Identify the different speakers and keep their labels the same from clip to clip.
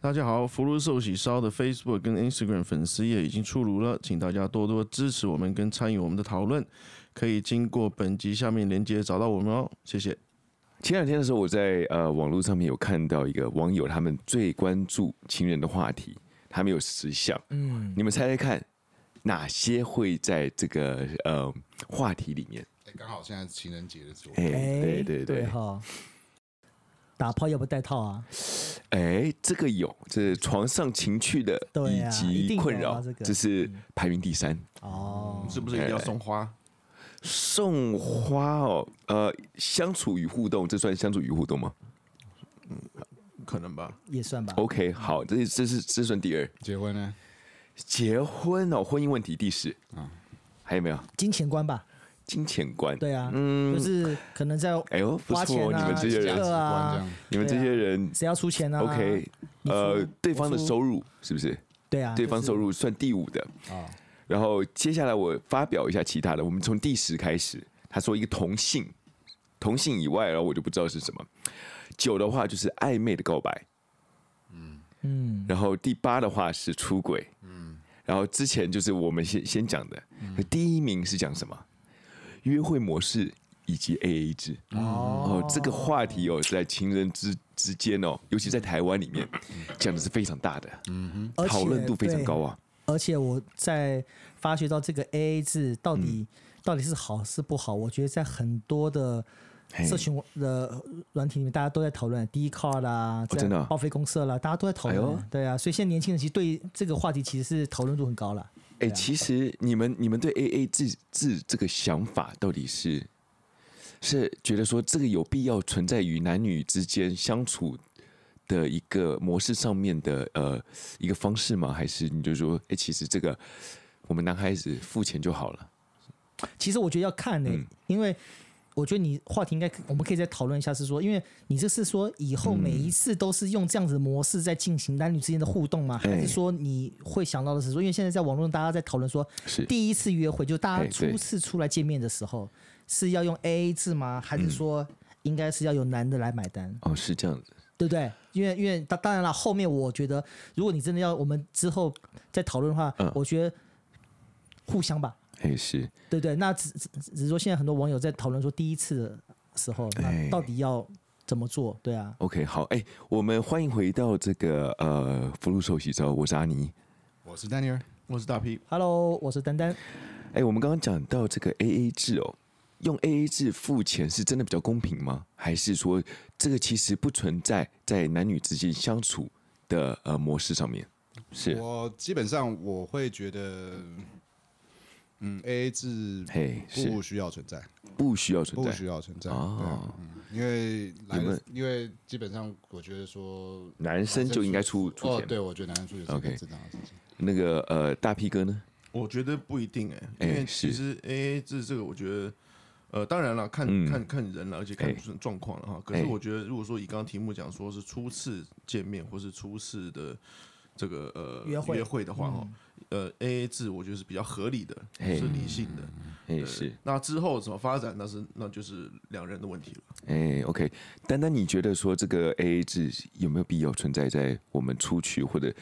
Speaker 1: 大家好，福禄寿喜烧的 Facebook 跟 Instagram 粉丝页已经出炉了，请大家多多支持我们跟参与我们的讨论，可以经过本集下面链接找到我们哦，谢谢。
Speaker 2: 前两天的时候，我在呃网络上面有看到一个网友他们最关注情人的话题，他们有十项，嗯，你们猜猜看哪些会在这个呃话题里面？
Speaker 3: 哎，刚好现在是情人节的时候，
Speaker 2: 哎、对
Speaker 4: 哎
Speaker 2: 对对，
Speaker 4: 哈，打炮要不带套啊？
Speaker 2: 哎、这个有，这床上情趣的
Speaker 4: 对
Speaker 2: 以
Speaker 4: 啊一
Speaker 2: 及
Speaker 4: 定有啊
Speaker 2: 困扰，
Speaker 4: 这个
Speaker 2: 是排名第三。
Speaker 4: 哦，
Speaker 1: 是不是一定要送花？
Speaker 2: 送花哦，呃，相处与互动，这算相处与互动吗
Speaker 1: 可能吧。
Speaker 4: 也算吧。
Speaker 2: ？OK，好，这这是这算第二。
Speaker 3: 结婚呢？
Speaker 2: 结婚哦，婚姻问题第四
Speaker 3: 嗯
Speaker 2: 还有没有
Speaker 4: 金钱观吧，
Speaker 2: 金钱观？
Speaker 4: 对啊，
Speaker 2: 嗯
Speaker 4: 就是可能在
Speaker 2: 哎呦，不
Speaker 4: 花
Speaker 2: 错哦，
Speaker 4: 钱
Speaker 2: 你们
Speaker 4: 啊，
Speaker 2: 这些
Speaker 4: 价
Speaker 2: 人
Speaker 4: 值，观
Speaker 3: 这样
Speaker 4: 啊，
Speaker 2: 你们这些人
Speaker 4: 谁要出钱啊
Speaker 2: ，OK，
Speaker 4: 你出
Speaker 2: 呃，对方的
Speaker 4: 我出
Speaker 2: 收入是不是？
Speaker 4: 对啊，
Speaker 2: 对方
Speaker 4: 就是
Speaker 2: 收入算第五的。
Speaker 3: 啊，
Speaker 2: 然后接下来我发表一下其他的，我们从第十开始。他说一个同性，同性以外，然后我就不知道是什么。九的话就是暧昧的告白，
Speaker 4: 嗯，
Speaker 2: 然后第八的话是出轨，嗯，然后之前就是我们先先讲的，
Speaker 4: 嗯
Speaker 2: 第一名是讲什么？约会模式以及 AA 制。哦，这个话题哦，在情人之之间哦，尤其在台湾里面，讲的是非常大的，
Speaker 4: 嗯而且
Speaker 2: 讨论度非常高啊。
Speaker 4: 而且我在发觉到这个 AA 制到底、
Speaker 2: 嗯
Speaker 4: 到底是好是不好，我觉得在很多的
Speaker 2: 嘿
Speaker 4: 社群的软体里面，大家都在讨论 d c a r 啦，在
Speaker 2: 真的啊
Speaker 4: 报废公社啦，大家都在讨
Speaker 2: 哎
Speaker 4: 论、
Speaker 2: 呦
Speaker 4: 对啊，所以现在年轻人其实对这个话题其实是讨论度很高了。
Speaker 2: 哎、其实你们你们对 A A 制制这个想法到底是是觉得说这个有必要存在于男女之间相处的一个模式上面的呃一个方式吗？还是你就说，哎、其实这个我们男孩子付钱就好了？
Speaker 4: 其实我觉得要看呢、欸
Speaker 2: 嗯
Speaker 4: 因为我觉得你话题应该可我们可以再讨论一下，是说，因为你这是说以后每一次都是用这样子的模式在进行男女之间的互动吗？
Speaker 2: 哎
Speaker 4: 还是说你会想到的是说，因为现在在网络上大家在讨论说，
Speaker 2: 是
Speaker 4: 第一次约会就大
Speaker 2: 哎
Speaker 4: 家
Speaker 2: 对
Speaker 4: 初次出来见面的时候是要用 AA 制吗？还是说应该是要由男的来买单？
Speaker 2: 哦，是这样子。
Speaker 4: 对不对？因为因为当当然了，后面我觉得，如果你真的要我们之后再讨论的话，
Speaker 2: 嗯
Speaker 4: 我觉得互相吧，
Speaker 2: 哎、是
Speaker 4: 对不对？那只只只是说，现在很多网友在讨论说，第一次的时候，
Speaker 2: 哎
Speaker 4: 那到底要怎么做？对啊，
Speaker 2: OK，好，哎、我们欢迎回到这个呃福禄寿喜烧，我是阿尼。
Speaker 3: 我是丹尼尔，
Speaker 1: 我是大 P，
Speaker 4: Hello，我是丹丹。
Speaker 2: 哎、我们刚刚讲到这个 A A 制哦，用 A A 制付钱是真的比较公平吗？还是说这个其实不存在在男女之间相处的呃模式上面？是，
Speaker 3: 我基本上我会觉得，嗯，A A 制
Speaker 2: 嘿，是
Speaker 3: 不需要存在，
Speaker 2: 不需要存
Speaker 3: 不
Speaker 2: 在
Speaker 3: 需要存在，对啊
Speaker 2: 哦，
Speaker 3: 嗯因为来
Speaker 2: 你
Speaker 3: 了
Speaker 2: 们，
Speaker 3: 因为基本上我觉得说。
Speaker 2: 男生就应该出出
Speaker 3: 哦，
Speaker 2: 钱。
Speaker 3: 对，我觉得男生出钱是
Speaker 2: OK
Speaker 3: 很正常的事 情。
Speaker 2: 那个呃，大 P 哥呢？
Speaker 1: 我觉得不一定哎、
Speaker 2: 哎
Speaker 1: 因为其实 A A 制这个，我觉得，呃，当然了，看、
Speaker 2: 嗯
Speaker 1: 看看人了，而且
Speaker 2: 哎
Speaker 1: 看状况了哈。可是
Speaker 2: 哎
Speaker 1: 我觉得，如果说以刚刚题目讲说是初次见面或是初次的这个呃
Speaker 4: 约会嗯
Speaker 1: 的话哈，呃 A A 制我觉得是比较合理的，
Speaker 2: 哎
Speaker 1: 是理性的。
Speaker 2: 哎，
Speaker 4: 呃
Speaker 1: 对
Speaker 2: 是，。
Speaker 1: 那之后怎么发展，那是那就是两人的问题了。
Speaker 2: 哎，OK，丹丹，你觉得说这个 A A 制有没有必要存在在我们出去或者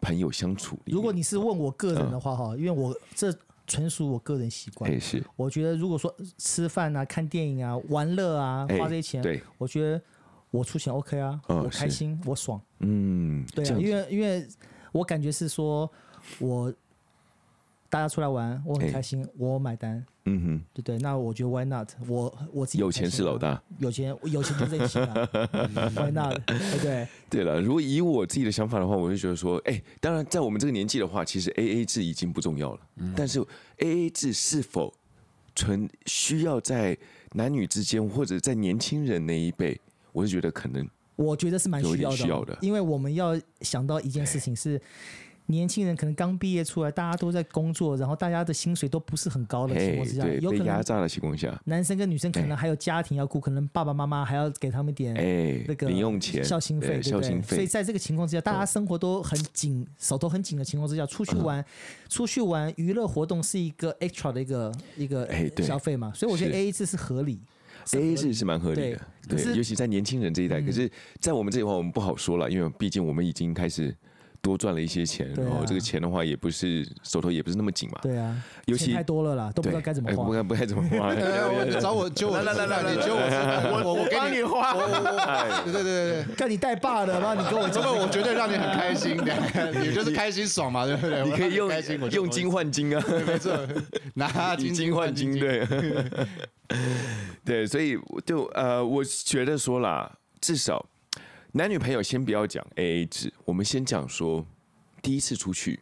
Speaker 2: 朋友相处里面？
Speaker 4: 如果你是问我个人的话，哈、因为我这纯属我个人习惯。
Speaker 2: 嗯哎是，
Speaker 4: 我觉得如果说吃饭啊、看电影啊、玩乐啊，
Speaker 2: 哎
Speaker 4: 花这些钱，
Speaker 2: 对，
Speaker 4: 我觉得我出钱 OK 啊，
Speaker 2: 嗯
Speaker 4: 我开
Speaker 2: 是
Speaker 4: 心，我爽。
Speaker 2: 嗯，
Speaker 4: 对
Speaker 2: 这
Speaker 4: 啊，
Speaker 2: 样子
Speaker 4: 因为因为我感觉是说，我大家出来玩，我很
Speaker 2: 哎
Speaker 4: 开心，我买单，
Speaker 2: 嗯哼，
Speaker 4: 对对。那我觉得 Why not？我我自己
Speaker 2: 有
Speaker 4: 很开
Speaker 2: 钱
Speaker 4: 心
Speaker 2: 是老
Speaker 4: 啊
Speaker 2: 大。
Speaker 4: 有钱有钱就任性 啊，Why not？对对，
Speaker 2: 对了，如果以我自己的想法的话，我就觉得说，哎、当然，在我们这个年纪的话，其实 A A 制已经不重要了。
Speaker 4: 嗯
Speaker 2: 但是 A A 制是否存需要在男女之间，或者在年轻人那一辈，我是觉得可能
Speaker 4: 我觉得是蛮
Speaker 2: 有一
Speaker 4: 需
Speaker 2: 点
Speaker 4: 要的哦，
Speaker 2: 需要的
Speaker 4: 因为我们要想到一件事情是。年轻人可能刚毕业出来，大家都在工作，然后大家的薪水都不是很高的情
Speaker 2: 哎
Speaker 4: 况之下，
Speaker 2: 对
Speaker 4: 有
Speaker 2: 被
Speaker 4: 可
Speaker 2: 压
Speaker 4: 能
Speaker 2: 榨的情况下，
Speaker 4: 男生跟女生可
Speaker 2: 哎
Speaker 4: 能还有家庭要顾，可能爸爸妈妈还要给他们点
Speaker 2: 哎、
Speaker 4: 那个
Speaker 2: 零用钱、
Speaker 4: 孝心费，
Speaker 2: 对
Speaker 4: 对
Speaker 2: 孝
Speaker 4: 不
Speaker 2: 心
Speaker 4: 对？所以
Speaker 2: 费，
Speaker 4: 在这个情况之下，大家生活都很紧，手头很紧的情况之下，出去玩，出去玩娱乐活动是一个 extra 的一个一个
Speaker 2: 哎对
Speaker 4: 消费嘛，所以我觉得
Speaker 2: 是
Speaker 4: A A 制是合理。
Speaker 2: A A 制是蛮合理的，
Speaker 4: 对可是嗯
Speaker 2: 对，尤其在年轻人这一代。可是，在我们这一块，我们不好说了，因为毕竟我们已经开始多赚了一些钱，
Speaker 4: 对啊
Speaker 2: 然后这个钱的话也不是手头也不是那么紧嘛，
Speaker 4: 对啊，
Speaker 2: 尤
Speaker 4: 钱
Speaker 2: 其
Speaker 4: 太多了啦，都不知道
Speaker 2: 对
Speaker 4: 该怎么
Speaker 2: 哎不
Speaker 4: 花。
Speaker 2: 该不该怎么 花。
Speaker 3: 哎我找我揪我来来来来，你揪我吃
Speaker 2: 哎
Speaker 3: 饭，我我我给你花，我我我，对对对对。
Speaker 4: 看你带爸的吧，你跟我
Speaker 3: 这
Speaker 4: 讲
Speaker 3: 个我绝对让你很开心的， 你就是开心爽嘛，对不对？
Speaker 2: 你
Speaker 3: 我
Speaker 2: 可
Speaker 3: 让
Speaker 2: 以用
Speaker 3: 开心，我就
Speaker 2: 用金换金啊，
Speaker 3: 没错， 拿
Speaker 2: 以
Speaker 3: 金
Speaker 2: 金换金，，对， 对，所以我就呃，我觉得说啦，至少男女朋友先不要讲 A A 制，我们先讲说第一次出去，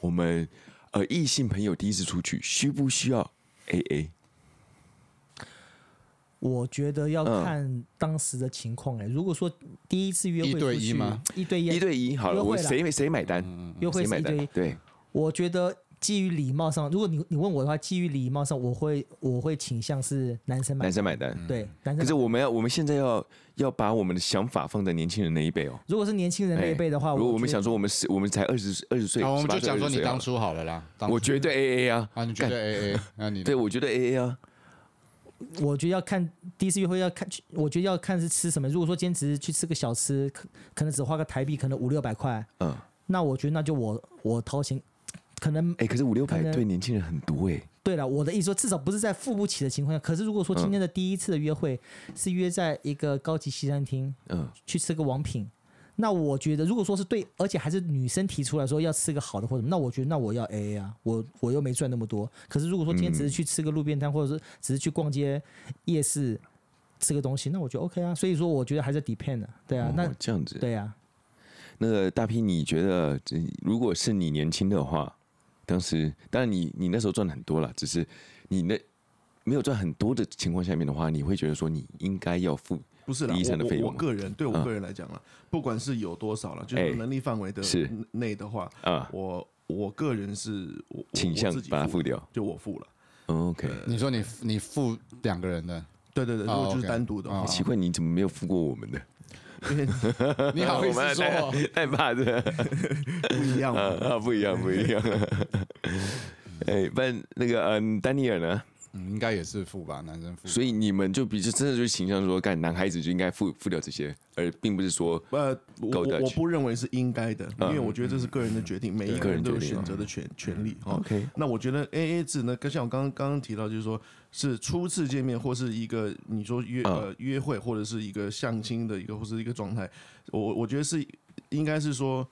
Speaker 2: 我们呃异性朋友第一次出去需不需要 A A？
Speaker 4: 我觉得要
Speaker 2: 嗯
Speaker 4: 看当时的情况哎、如果说第一次约会
Speaker 3: 一对
Speaker 4: 出去
Speaker 3: 一吗？
Speaker 4: 一对一，
Speaker 2: 一对一好了，
Speaker 4: 约
Speaker 2: 我
Speaker 4: 会啦嗯
Speaker 2: 谁谁买单？
Speaker 4: 约
Speaker 2: 谁
Speaker 4: 会是
Speaker 2: 买
Speaker 4: 一对
Speaker 2: 单
Speaker 4: 一？。
Speaker 2: 对，
Speaker 4: 我觉得基于礼貌上，如果你你问我的话，基于礼貌上，我会我会倾向是男生买
Speaker 2: 男生买单。
Speaker 4: 对男生
Speaker 2: 嗯可是
Speaker 4: 买。
Speaker 2: 我们要，我们现在要要把我们的想法放在年轻人那一辈哦。
Speaker 4: 如果是年轻人那一辈的话，
Speaker 2: 哎如果我们
Speaker 4: 觉得
Speaker 2: 想说我们是，我们才二十二十岁，
Speaker 3: 那我们就
Speaker 2: 18岁
Speaker 3: 讲说
Speaker 2: 20
Speaker 3: 你
Speaker 2: 岁好
Speaker 3: 当
Speaker 2: 了
Speaker 3: 初好了啦，当初
Speaker 2: 我绝 对 A A 啊，
Speaker 3: 啊，你觉得 A A，那你
Speaker 2: 对，我觉得 A A 啊，
Speaker 4: 我觉得要看第一次约会要看，我觉得要看是吃什么。如果说兼职去吃个小吃，可可能只花个台币，可能五六百块，
Speaker 2: 嗯，
Speaker 4: 那我觉得那就我我掏钱。可能
Speaker 2: 哎、可是五六百
Speaker 4: 可能
Speaker 2: 对年轻人很多哎、
Speaker 4: 对了，我的意思说，至少不是在付不起的情况下。可是如果说
Speaker 2: 嗯
Speaker 4: 今天的第一次的约会是约在一个高级西餐厅
Speaker 2: 嗯，
Speaker 4: 去吃个王品，那我觉得如果说是对，而且还是女生提出来说要吃个好的或者什么，那我觉得那我要 A A 啊，我我又没赚那么多。可是如果说今天只
Speaker 2: 嗯
Speaker 4: 是去吃个路边摊，或者是只是去逛街夜市吃个东西，那我觉得 OK 啊。所以说，我觉得还是 depend 的、对啊，那
Speaker 2: 哦、这样子，
Speaker 4: 对啊，
Speaker 2: 那个大 P，你觉得这如果是你年轻的话，当时当然你你那时候赚得很多了，只是你那没有赚很多的情况下面的话，你会觉得说你应该要付
Speaker 1: 不是啦，
Speaker 2: 第一餐的
Speaker 1: 我
Speaker 2: 费用
Speaker 1: 我我个人对我
Speaker 2: 嗯
Speaker 1: 个人来讲啦，不管是有多少了，就
Speaker 2: 哎
Speaker 1: 是能力范围的
Speaker 2: 是
Speaker 1: 内的话，
Speaker 2: 啊，
Speaker 1: 我我个人是我我
Speaker 2: 倾向
Speaker 1: 我自己
Speaker 2: 把它
Speaker 1: 付
Speaker 2: 付
Speaker 1: 的，
Speaker 2: 掉。
Speaker 1: 就我付了。
Speaker 2: 嗯 OK，、
Speaker 3: 你说你你付两个 人的，
Speaker 1: 对对对，如
Speaker 3: 哦
Speaker 1: 果就是
Speaker 3: OK
Speaker 1: 单独的话
Speaker 3: 哦，
Speaker 2: 奇怪你怎么没有付过我们的？
Speaker 1: 因为
Speaker 3: 你好意思说
Speaker 2: 我们 太太怕这个。
Speaker 1: 不一样嘛。
Speaker 3: 嗯
Speaker 2: 啊，不一样，不一 样。哎，不然那个嗯，丹尼尔呢？
Speaker 3: 嗯，应该也是付吧，男生付。
Speaker 2: 所以你们就比就真的就倾向说，干男孩子就应该付付掉这些，而并不是说
Speaker 1: 呃，我
Speaker 2: 够
Speaker 1: 我
Speaker 2: 得
Speaker 1: 我
Speaker 2: 起
Speaker 1: 不认为是应该的，因为我觉得这是个人的决定，每一个
Speaker 2: 个人
Speaker 1: 人都有
Speaker 2: 决定
Speaker 1: 选
Speaker 2: 啊
Speaker 1: 择的权权利哦。
Speaker 2: OK
Speaker 1: 那我觉得 A A 制呢，跟像我刚刚刚刚提到，就是说是初次见面或是一个你说约、
Speaker 2: 嗯
Speaker 1: 呃约会或者是一个相亲的一个或是一个状态，我我我觉得是应该是说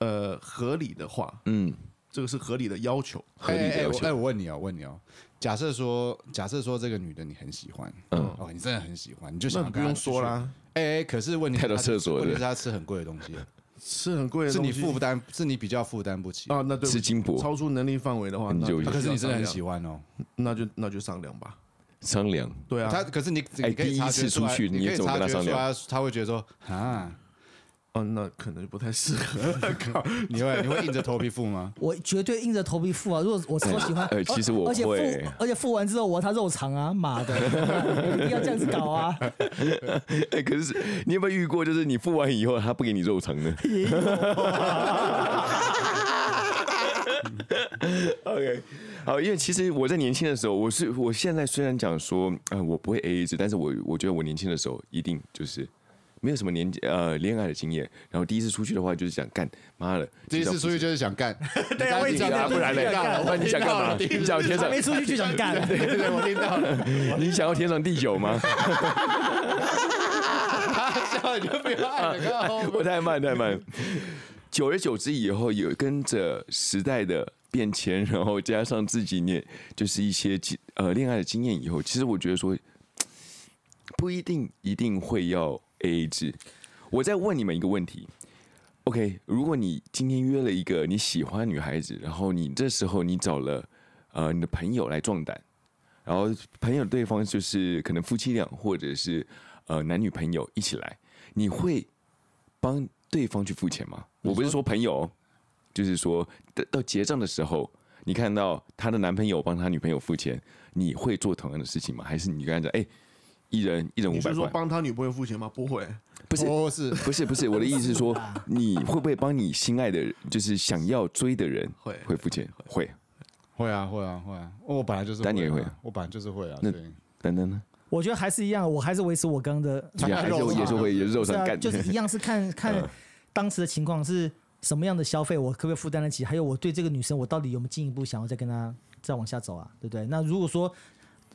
Speaker 1: 呃合理的话，
Speaker 2: 嗯
Speaker 1: 这个是合理的要求。
Speaker 2: 合理的
Speaker 3: 哎哎
Speaker 2: 要
Speaker 3: 我
Speaker 2: 求
Speaker 3: 哎，我问你哦，我问你哦，假设说，假设说这个女的你很喜欢，
Speaker 2: 嗯
Speaker 3: 哦，你真的很喜欢，你就
Speaker 1: 那
Speaker 3: 想
Speaker 1: 你不
Speaker 3: 跟她
Speaker 1: 用
Speaker 3: 出
Speaker 1: 说
Speaker 3: 去。
Speaker 1: 啦，
Speaker 3: 哎哎，可是问题
Speaker 2: 带到
Speaker 3: 她
Speaker 2: 厕所
Speaker 3: 问题
Speaker 2: 的
Speaker 3: 是她吃很贵的 东西，
Speaker 1: 是很贵的
Speaker 3: 是
Speaker 1: 东
Speaker 3: 你
Speaker 1: 西，
Speaker 3: 负担，是你比较负担不起。啊
Speaker 1: 啊？那对不
Speaker 2: 吃
Speaker 1: 起，
Speaker 2: 金箔
Speaker 1: 超出能力范围的话，
Speaker 2: 你
Speaker 1: 那
Speaker 2: 就
Speaker 1: 那
Speaker 2: 有
Speaker 3: 可是你真的很
Speaker 1: 欢，
Speaker 3: 喜欢哦，
Speaker 1: 那就那就商量吧。
Speaker 2: 商量，
Speaker 1: 对啊，
Speaker 3: 他可是你，
Speaker 2: 哎
Speaker 3: 你可以
Speaker 2: 第一
Speaker 3: 察觉
Speaker 2: 次出
Speaker 3: 出来
Speaker 2: 去你
Speaker 3: 你可
Speaker 2: 也
Speaker 3: 以
Speaker 2: 怎么
Speaker 3: 察
Speaker 2: 跟他
Speaker 3: 觉
Speaker 2: 商
Speaker 3: 出
Speaker 2: 量
Speaker 3: 来，他会觉得说啊，
Speaker 1: 哦，那可能就不太适合。
Speaker 3: 你会你会硬着头皮 付吗？
Speaker 4: 我绝对硬着头皮付啊。如果我超喜欢，
Speaker 2: 呃其实我
Speaker 4: 而且付
Speaker 2: 会，
Speaker 4: 而且付完之后我他肉肠啊，妈的， 我一定要这样子搞啊。
Speaker 2: 哎，可是你有没有遇过，就是你付完以后他不给你肉肠呢 ？OK，好，因为其实我在年轻的时候，我是我现在虽然讲说，呃，我不会 AA 制，但是我我觉得我年轻的时候一定就是没有什么年呃恋爱的经验，然后第一次出去的话就是想干，妈的，
Speaker 3: 第一次出去就是想 干，对
Speaker 4: 我也
Speaker 2: 你
Speaker 4: 觉
Speaker 2: 想
Speaker 4: 得
Speaker 2: 啊，不然嘞，
Speaker 4: 第一次干
Speaker 2: 不然你想干嘛？你想要天
Speaker 4: 还
Speaker 2: 上
Speaker 4: 没出去就想 干，
Speaker 3: 对对，我听到 了，
Speaker 2: 你想要天长地久吗？
Speaker 3: 他啊笑你就不 要按了，看后
Speaker 2: 啊我太慢太慢。久而久之以后，有跟着时代的变迁，然后加上自己念就是一些经呃恋爱的经验以后，其实我觉得说不一定一定会要 AA 制。我再问你们一个问题，OK？如果你今天约了一个你喜欢的女孩子，然后你这时候你找了呃你的朋友来壮胆，然后朋友对方就是可能夫妻俩或者是呃男女朋友一起来，你会帮对方去付钱吗？我不是说朋友哦，就是说到到结账的时候，你看到她的男朋友帮她女朋友付钱，你会做同样的事情吗？还是你跟他讲，哎、一人一人五
Speaker 1: 你
Speaker 2: 百
Speaker 1: 是说
Speaker 2: 块？
Speaker 1: 帮他女朋友付钱吗？不会，
Speaker 2: 不是
Speaker 3: 不哦是
Speaker 2: 不是不是，我的意思是说，你会不会帮你心爱的人，就是想要追的人，
Speaker 1: 会
Speaker 2: 会付 钱？会。
Speaker 3: 会啊，会啊，会啊！我本来就是，
Speaker 2: 丹尼也会
Speaker 3: 啊，我本来就是会啊。
Speaker 2: 那
Speaker 3: 对，
Speaker 2: 等等呢？
Speaker 4: 我觉得还是一样，我还是维持我刚的
Speaker 2: 对啊，
Speaker 3: 看
Speaker 2: 还是
Speaker 3: 肉
Speaker 2: 也是
Speaker 3: 场
Speaker 2: 会也是肉
Speaker 4: 是
Speaker 2: 上
Speaker 4: 啊
Speaker 2: 干，嗯
Speaker 4: 就是一样是看看当时的情况是什么样的消费，我可不可以负担得起？还有我对这个女生，我到底有没有进一步想要再跟她再往下走啊？对不对？那如果说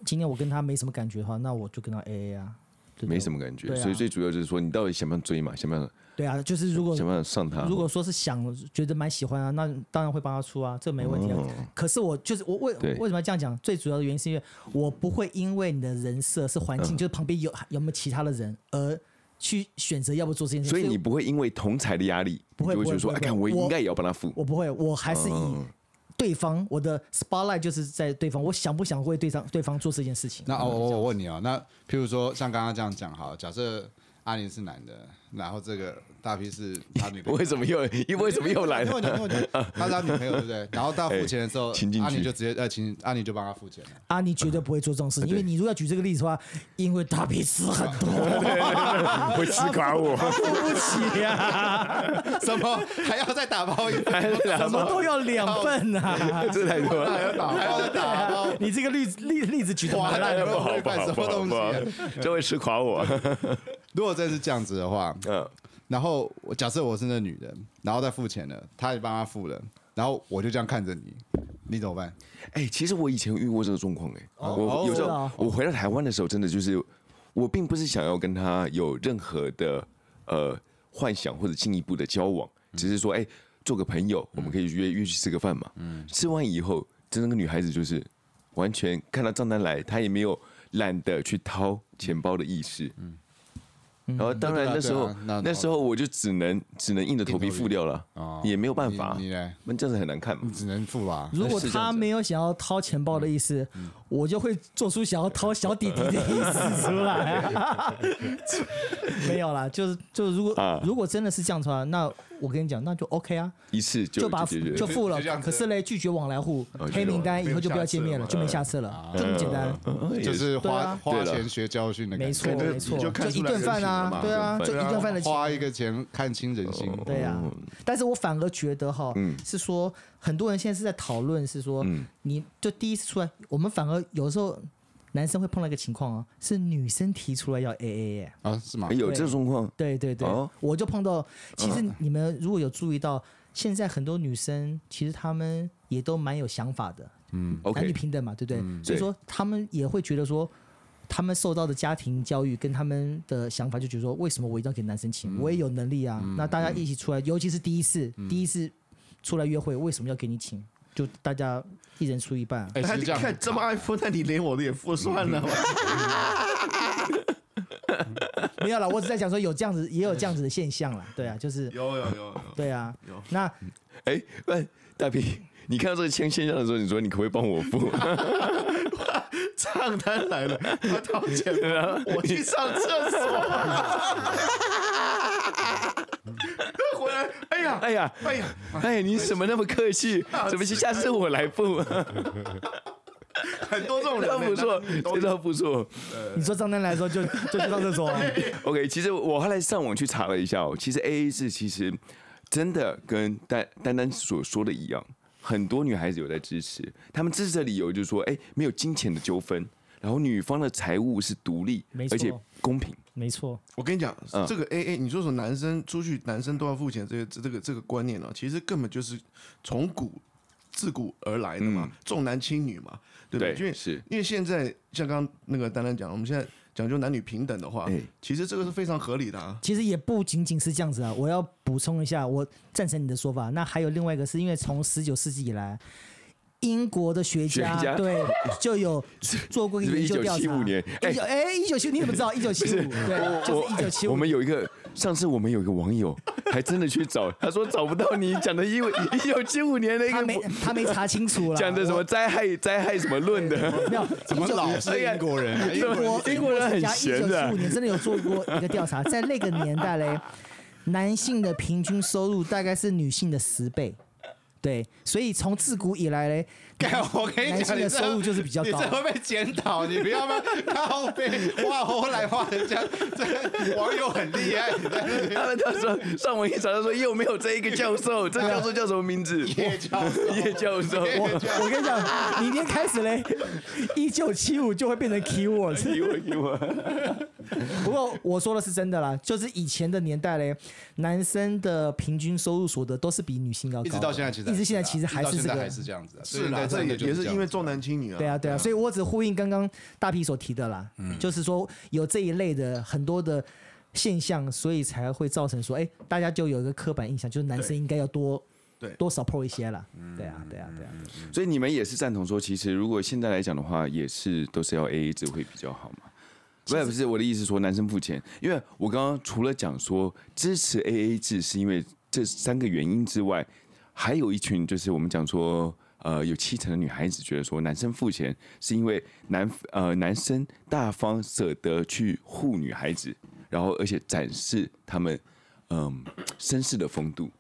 Speaker 4: 今天我跟她没什么感觉的话，那我就跟她 AA 啊，对不对
Speaker 2: 没什么感觉。
Speaker 4: 对啊
Speaker 2: 所以最主要就是说，你到底想不想追嘛？想不想
Speaker 4: 对啊，就是如果
Speaker 2: 想不想上他？
Speaker 4: 如果说是想觉得蛮喜欢啊，那当然会帮他出啊，这没问题啊。
Speaker 2: 哦
Speaker 4: 可是我就是我为
Speaker 2: 嗯对
Speaker 4: 为什么要这样讲？最主要的原因是因为我不会因为你的人设是环
Speaker 2: 嗯
Speaker 4: 境，就是旁边有有没有其他的人而去选择要不做这件事。
Speaker 2: 所以你不会因为同才的压力，
Speaker 4: 不会
Speaker 2: 你就会觉得说，
Speaker 4: 不
Speaker 2: 哎，
Speaker 4: 会
Speaker 2: 看
Speaker 4: 不
Speaker 2: 我
Speaker 4: 会
Speaker 2: 应该也要帮他付。
Speaker 4: 我不会，我还是以对方我的 spotlight 就是在对方，我想不想为对方对方做这件事情？
Speaker 3: 那哦，我我问你哦，那譬如说像刚刚这样讲好，假设阿林是男的，然后这个大 P 是他女朋 友，
Speaker 2: 为什么又因为什么又来
Speaker 3: 因为
Speaker 2: 了？
Speaker 3: 我觉得因为我觉得他是他女朋友，对不对？然后他付钱的时候
Speaker 2: 哎请进，去
Speaker 3: 阿尼就直接呃，请阿尼就帮他付钱了。
Speaker 4: 啊，你绝对不会做这种事，因为你如果要举这个例子的话，因为大比吃很多，
Speaker 2: 会吃垮我，
Speaker 4: 付不起啊，
Speaker 3: 什么还要再打包一份？
Speaker 4: 什么都要两份啊。
Speaker 2: 这太多
Speaker 3: 还要
Speaker 2: 了。
Speaker 3: 打还要再打包？
Speaker 4: 你这个例子例例子举的
Speaker 3: 哇，
Speaker 4: 蛮烂的，
Speaker 3: 那
Speaker 2: 不好
Speaker 3: 会
Speaker 2: 不
Speaker 3: 办
Speaker 2: 好
Speaker 3: 什
Speaker 2: 不
Speaker 3: 么
Speaker 2: 好
Speaker 3: 东
Speaker 2: 不
Speaker 3: 西啊
Speaker 2: 好？，这会吃垮我。
Speaker 3: 如果真是这样子的话，
Speaker 2: 嗯，
Speaker 3: 然后我假设我是那女人，然后再付钱了，他也帮他付了，然后我就这样看着你，你怎么办？
Speaker 2: 哎、其实我以前有遇过这个状况哎，我
Speaker 3: 哦
Speaker 2: 有时
Speaker 4: 是
Speaker 2: 候
Speaker 4: 啊
Speaker 2: 我回到台湾的时候，真的就是我并不是想要跟他有任何的呃幻想或者进一步的交往，只是说哎、做个朋友，我们可以约约去吃个饭嘛。
Speaker 3: 嗯
Speaker 2: 吃完以后，真的那个女孩子就是完全看到账单来，她也没有懒得去掏钱包的意识。然后当然
Speaker 3: 嗯对啊
Speaker 2: 那时候、
Speaker 3: 对啊那
Speaker 2: 那时候我就只能只能硬着头皮
Speaker 3: 硬着头皮
Speaker 2: 付掉了，
Speaker 3: 哦
Speaker 2: 也没有办法
Speaker 3: 你，嗯你嘞，
Speaker 2: 那这样子很难看嘛
Speaker 3: 你。只能付吧。
Speaker 4: 如果
Speaker 2: 是这样
Speaker 4: 他
Speaker 2: 子
Speaker 4: 没有想要掏钱包的意思，我就会做出想要掏小弟弟的意思出来。 没有啦，就是就是，如果、
Speaker 2: 啊
Speaker 4: 如果真的是这样的话，那我跟你讲，那就 OK 啊，
Speaker 2: 一次就
Speaker 4: 把
Speaker 2: 解决了
Speaker 4: 就付了
Speaker 3: 就这样。子
Speaker 4: 可是嘞，拒绝往来户、黑名单，以后就不要见面了，就没下次了，就这么简单。
Speaker 3: 就是
Speaker 4: 对
Speaker 3: 花
Speaker 4: 啊
Speaker 3: 花
Speaker 2: 嗯对了
Speaker 3: 钱学教训的感觉，
Speaker 4: 没错，
Speaker 1: 感觉
Speaker 4: 没错，
Speaker 1: 你就看
Speaker 4: 一
Speaker 1: 出来
Speaker 4: 顿
Speaker 2: 人
Speaker 4: 饭
Speaker 2: 品了
Speaker 4: 啊
Speaker 2: 嘛，
Speaker 4: 对啊，
Speaker 2: 对
Speaker 4: 就一顿饭的钱，
Speaker 3: 花一个钱看清人心。
Speaker 4: 对呀、但是我反而觉得哈，是说很多人现在是在讨论，是说、
Speaker 2: 嗯
Speaker 4: 你就第一次出来，我们反而有时候男生会碰到一个情况啊，是女生提出来要 A A 耶。
Speaker 3: 啊，是吗
Speaker 2: 哎？有这种状况，
Speaker 4: 对对对，
Speaker 2: 哦
Speaker 4: 我就碰到，其实你们如果有注意到，现在很多女生其实她们也都蛮有想法的，男女
Speaker 2: OK，
Speaker 4: 平等嘛，对不对？所
Speaker 2: 对
Speaker 4: 以说他们也会觉得说，他们受到的家庭教育跟他们的想法，就觉得说，为什么我一定要给男生请？我也有能力啊。那大家一起出来，尤其是第一次，第一次出来约会，为什么要给你请？就大家一人出一半啊、
Speaker 3: 哎，
Speaker 1: 他
Speaker 3: 是
Speaker 1: 你
Speaker 3: 这样
Speaker 1: 看这么爱付，那你连我的也付算了吧。
Speaker 4: 没有啦，我只在讲说有这样子，也有这样子的现象啦。对啊，就是
Speaker 1: 有有有 有，
Speaker 4: 对啊。那
Speaker 2: 哎，喂，大 P，你看到这个签现象的时候，你说你可不可以帮我付？
Speaker 1: 账单来了，他掏钱
Speaker 2: 啊
Speaker 1: 了，我去上厕所。 回来，哎呀，
Speaker 2: 哎呀，
Speaker 1: 哎呀，
Speaker 2: 哎，你怎么那么客气？怎么下次我来 付？
Speaker 1: 很多这种
Speaker 2: 这
Speaker 1: 人
Speaker 2: 倒
Speaker 1: 呢，
Speaker 2: 不错，这倒不错。
Speaker 4: 你说账单来的时候就，就去上厕所啊、
Speaker 2: OK，其实我后来上网去查了一下哦，其实 AA 制其实真的跟丹丹丹所说的一样，很多女孩子有在支持，她们支持的理由就是说，哎，没有金钱的纠纷，然后女方的财务是独立
Speaker 4: 没，错
Speaker 2: 而且公平。
Speaker 4: 没错，
Speaker 1: 我跟你讲
Speaker 2: 嗯，
Speaker 1: 这个 A A，你说说男生出去，男生都要付钱，这个这这个这个观念哦，其实根本就是从古自古而来的嘛，重男轻女嘛，对不对？因为
Speaker 2: 嗯是，
Speaker 1: 因为现在像刚刚那个丹丹讲，我们现在讲究男女平等的话
Speaker 2: 哎，
Speaker 1: 其实这个是非常合理的啊。
Speaker 4: 其实也不仅仅是这样子啊，我要补充一下，我赞成你的说法。那还有另外一个是因为从十九世纪以来，英国的学家
Speaker 2: 学家
Speaker 4: 对就有做过一
Speaker 2: 是
Speaker 4: 个
Speaker 2: 不是
Speaker 4: 研究调查。
Speaker 2: 1975年哎
Speaker 4: 一九哎，一九七，你怎 么知道？一九七五， 对，啊就是一九七
Speaker 2: 我
Speaker 4: 五。
Speaker 2: 们有一个上次我们有一个网友还真的去找，他说找不到你讲的一一九七五年的一
Speaker 4: 他
Speaker 2: 个
Speaker 4: 没他没查清楚了，
Speaker 2: 讲的什么灾害灾害什么论的，
Speaker 4: 我？没有，
Speaker 3: 怎么老
Speaker 4: 19
Speaker 3: 是英国 人啊？英
Speaker 4: 英
Speaker 3: 国人
Speaker 4: 国
Speaker 2: 英国人很闲
Speaker 4: 一九
Speaker 2: 的
Speaker 4: 七五年真的有做过一个调查，在那个年代嘞，男性的平均收入大概是女性的十倍。对，所以从自古以来嘞，
Speaker 3: 干，我跟你
Speaker 4: 男性
Speaker 3: 讲，你
Speaker 4: 的
Speaker 3: 这
Speaker 4: 收入就是比较
Speaker 3: 你
Speaker 4: 高
Speaker 3: 这。会被检讨，你不要嘛 靠背画后来画人家，这网友很厉害，你在那边
Speaker 2: 他们到时候上网一查，他说又没有这一个教授，这教授叫什么名字？
Speaker 3: 夜教授
Speaker 2: 叶教授。
Speaker 4: 我 我跟你讲，明天开始嘞，一九七五就会变成 keywords。
Speaker 2: 英文英文，
Speaker 4: 不过我说的是真的啦，就是以前的年代嘞，男生的平均收入所得都是比女性要高
Speaker 3: 一
Speaker 4: 的，
Speaker 3: 直到现在其实
Speaker 4: 一直现在其实还
Speaker 3: 啊一直
Speaker 4: 是
Speaker 3: 到现在
Speaker 4: 这个
Speaker 3: 还，是这样子啊，
Speaker 1: 是
Speaker 3: 啦，
Speaker 1: 啦，
Speaker 3: 这
Speaker 1: 这也也是因为重男轻女啊。
Speaker 4: 对啊对啊，所以我只呼应刚刚大 P 所提的啦，
Speaker 3: 嗯
Speaker 4: 就是说有这一类的很多的现象，所以才会造成说，哎，大家就有一个刻板印象，就是男生应该要多
Speaker 1: 对
Speaker 4: 多 support 一些啦，
Speaker 3: 嗯
Speaker 4: 对啊对啊对啊，
Speaker 2: 所以你们也是赞同说，其实如果现在来讲的话，也是都是要 A A 制会比较好嘛？不是不是，我的意思是说男生付钱，因为我刚刚除了讲说支持 A A 制是因为这三个原因之外，还有一群就是我们讲说，呃，有七成的女孩子觉得说男生付钱是因为男呃男生大方舍得去护女孩子，然后而且展示他们嗯、绅士的风度。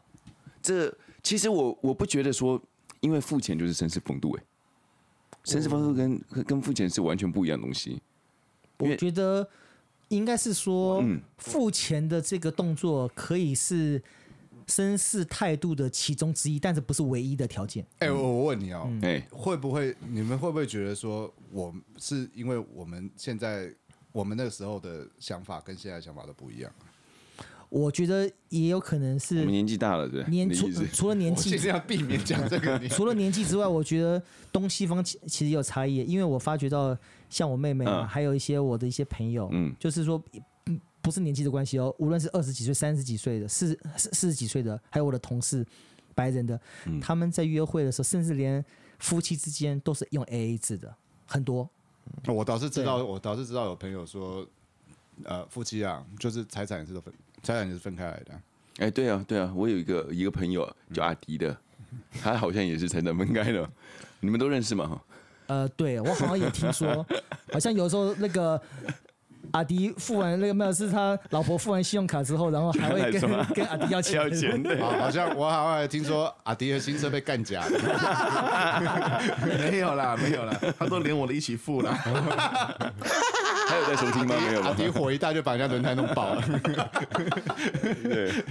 Speaker 2: 这其实我我不觉得说，因为付钱就是绅士风度、欸，绅士风度跟跟跟付钱是完全不一样的东西。因为
Speaker 4: 我觉得应该是说，付钱的这个动作可以是绅士态度的其中之一，但是不是唯一的条件。
Speaker 3: 哎，我我问你哦，
Speaker 4: 嗯
Speaker 2: 哎、
Speaker 3: 会不会你们会不会觉得说，我是因为我们现在我们那个时候的想法跟现在的想法都不一样？
Speaker 4: 我觉得也有可能
Speaker 2: 我们
Speaker 4: 是
Speaker 2: 年纪大了，对不对？
Speaker 4: 年嗯
Speaker 2: 你的
Speaker 4: 除
Speaker 2: 意思
Speaker 4: 除了年
Speaker 3: 我尽
Speaker 4: 纪，
Speaker 3: 量避免讲 这个，你
Speaker 4: 除了年纪之外，我觉得东西方其其实也有差异，因为我发觉到像我妹妹啊，
Speaker 2: 嗯
Speaker 4: 还有一些我的一些朋友，
Speaker 2: 嗯
Speaker 4: 就是说。嗯不是年纪的关系哦，无论是二十几岁、三十几岁的、四四四十几岁的，还有我的同事，白人的，
Speaker 2: 嗯
Speaker 4: 他们在约会的时候，甚至连夫妻之间都是用 A A 制的，很多。
Speaker 3: 我倒是知道，我倒是知道有朋友说，呃，夫妻啊，就是财产也是都分，财产也是分开来的。
Speaker 2: 哎、对啊，对啊，我有一个一个朋友啊
Speaker 4: 嗯
Speaker 2: 叫阿迪的，他好像也是财产分开的，你们都认识吗？哈，
Speaker 4: 呃，对我好像也听 说，好像有时候那个阿迪付完那个没有是他老婆付完信用卡之后，然后还会
Speaker 2: 还
Speaker 4: 跟
Speaker 2: 什么
Speaker 4: 跟阿迪要钱。
Speaker 2: 要钱的，
Speaker 3: 好，好像我好像还听说阿迪的新车被干 假了，
Speaker 1: 没有啦，没有啦，他都连我的一起付 啦。
Speaker 2: 还有在收 听吗？没有
Speaker 3: 阿
Speaker 2: 吧？
Speaker 3: 迪火一大就把人家轮胎弄爆 了。
Speaker 2: 对，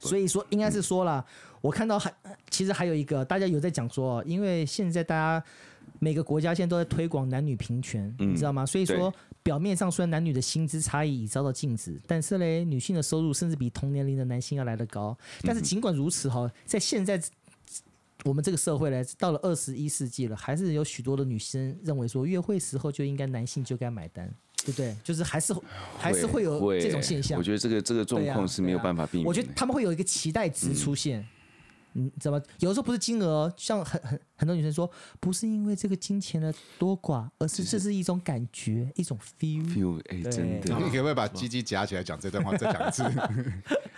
Speaker 4: 所以说应该是说啦，我看到还其实还有一个大家有在讲说，因为现在大家每个国家现在都在推广男女平权，你知道吗？所以说表面上虽然男女的薪资差异已遭到禁止，但是嘞，女性的收入甚至比同年龄的男性要来得高。但是尽管如此哈，在现在。我们这个社会嘞，到了二十一世纪了，还是有许多的女生认为说，约会时候就应该男性就该买单，对不对？就是还是还是会有这种现象
Speaker 2: 我。觉得这个这个状
Speaker 4: 对啊
Speaker 2: 况是没有
Speaker 4: 对啊
Speaker 2: 办法避免的。
Speaker 4: 我觉得他们会有一个期待值出现。嗯，怎么？有的时候不是金额，像很很很多女生说，不是因为这个金钱的多寡，而是这是一种感觉，一种 feel。
Speaker 2: feel 哎、
Speaker 4: 对
Speaker 2: 真的
Speaker 3: 你可不可以把鸡鸡夹起来讲这段话再讲一次？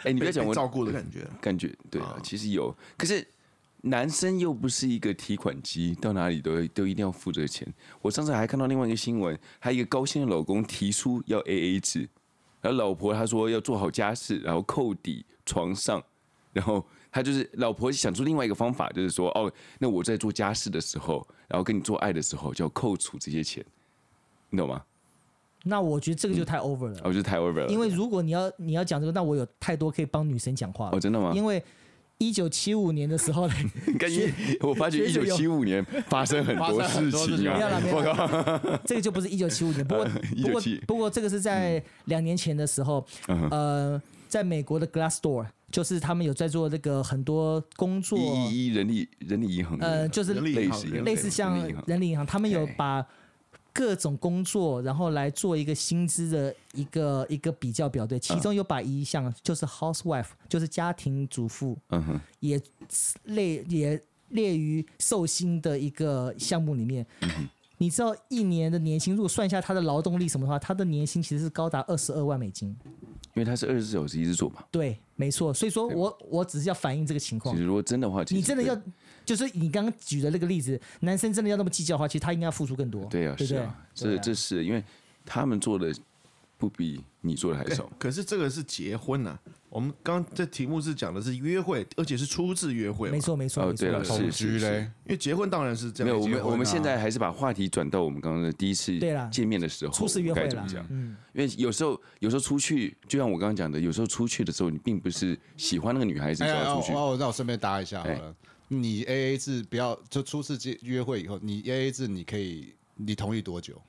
Speaker 2: 哎、你不要
Speaker 1: 被
Speaker 2: 讲
Speaker 1: 被
Speaker 2: 我
Speaker 1: 照顾的感觉啊，
Speaker 2: 感觉对啊，其实有，可是男生又不是一个提款机，到哪里都都一定要付这个钱。我上次还看到另外一个新闻，还有一个高薪的老公提出要 A A 制，然后老婆她说要做好家事，然后扣底床上，然后他就是老婆想出另外一个方法，就是说哦，那我在做家事的时候，然后跟你做爱的时候就要扣除这些钱，你懂吗？
Speaker 4: 那我觉得
Speaker 2: 嗯
Speaker 4: 这个就太 over 了，
Speaker 2: 然后就太 over 了，
Speaker 4: 因为如果你要你要讲这个，那我有太多可以帮女生讲话了。
Speaker 2: 哦真的吗？
Speaker 4: 因为一九七五年的 时候嘞，
Speaker 2: 你看，因为我发觉一九
Speaker 4: 学
Speaker 2: 七五年发生很多
Speaker 3: 发生很
Speaker 2: 事
Speaker 3: 多事
Speaker 2: 情
Speaker 3: 情
Speaker 2: 啊
Speaker 4: 没有啦，没有
Speaker 2: 我靠。
Speaker 4: 这个就不是一九七五
Speaker 2: 呃
Speaker 4: 年，不过不过
Speaker 2: 1975
Speaker 4: 不过这个是
Speaker 2: 嗯
Speaker 4: 在两年前的时候，呃，在美国的 Glassdoor，就是他们有在做那个很多工作，
Speaker 2: 一一一人力人力银行，
Speaker 4: 呃，就是
Speaker 1: 人力银行
Speaker 2: 类似
Speaker 1: 人力
Speaker 4: 类
Speaker 1: 银
Speaker 4: 似
Speaker 1: 行
Speaker 4: 像
Speaker 2: 人力银行
Speaker 4: 人力银行，他们有
Speaker 2: 哎
Speaker 4: 把各种工作，然后来做一个薪资的一个一个比较表对，
Speaker 2: 嗯
Speaker 4: 其中有把一项就是 housewife，就是家庭主妇，
Speaker 2: 嗯哼，
Speaker 4: 也列也列于寿星的一个项目里面。
Speaker 2: 嗯
Speaker 4: 你知道一年的年薪，如果算一下他的劳动力什么的话，他的年薪其实是高达二十二万美金。
Speaker 2: 因为它是二十四小时一直做嘛。
Speaker 4: 对，没错。所以说我我只是要反映这个情况
Speaker 2: 其实。如果真的话，其实
Speaker 4: 你真的要
Speaker 2: 对，
Speaker 4: 就是你刚刚举的那个例子，男生真的要那么计较的话，其实他应该要付出更多。
Speaker 2: 啊对啊，
Speaker 4: 对不
Speaker 2: 是
Speaker 4: 对
Speaker 2: 啊，
Speaker 4: 对
Speaker 2: 这
Speaker 4: 啊
Speaker 2: 这是因为他们做的不比你做的还少。
Speaker 1: 可是这个是结婚呐、我们刚这题目是讲的是约会，而且是初次约会嘛。
Speaker 4: 没错没错
Speaker 2: 哦
Speaker 4: 没错
Speaker 2: 对，了
Speaker 3: 同居嘞，
Speaker 1: 因为结婚当然是这
Speaker 2: 没
Speaker 1: 样。
Speaker 2: 有，我
Speaker 1: 结婚
Speaker 2: 们
Speaker 1: 啊
Speaker 2: 我们现在还是把话题转到我们刚刚的第一次
Speaker 4: 对啦
Speaker 2: 见面的时候，
Speaker 4: 初次约会
Speaker 2: 该怎
Speaker 4: 啦
Speaker 2: 么讲？，
Speaker 4: 嗯，
Speaker 2: 因为有时候有时候出去，就像我刚刚讲的，有时候出去的时候，你并不是喜欢那个女孩子
Speaker 3: 哎
Speaker 2: 就
Speaker 3: 呀，
Speaker 2: 要
Speaker 3: 哦
Speaker 2: 出去，哎
Speaker 3: 哦，那我顺便搭一下好了。你 A A 制不要，就初次接约会以后，你 A A 制你可以，你同意多久？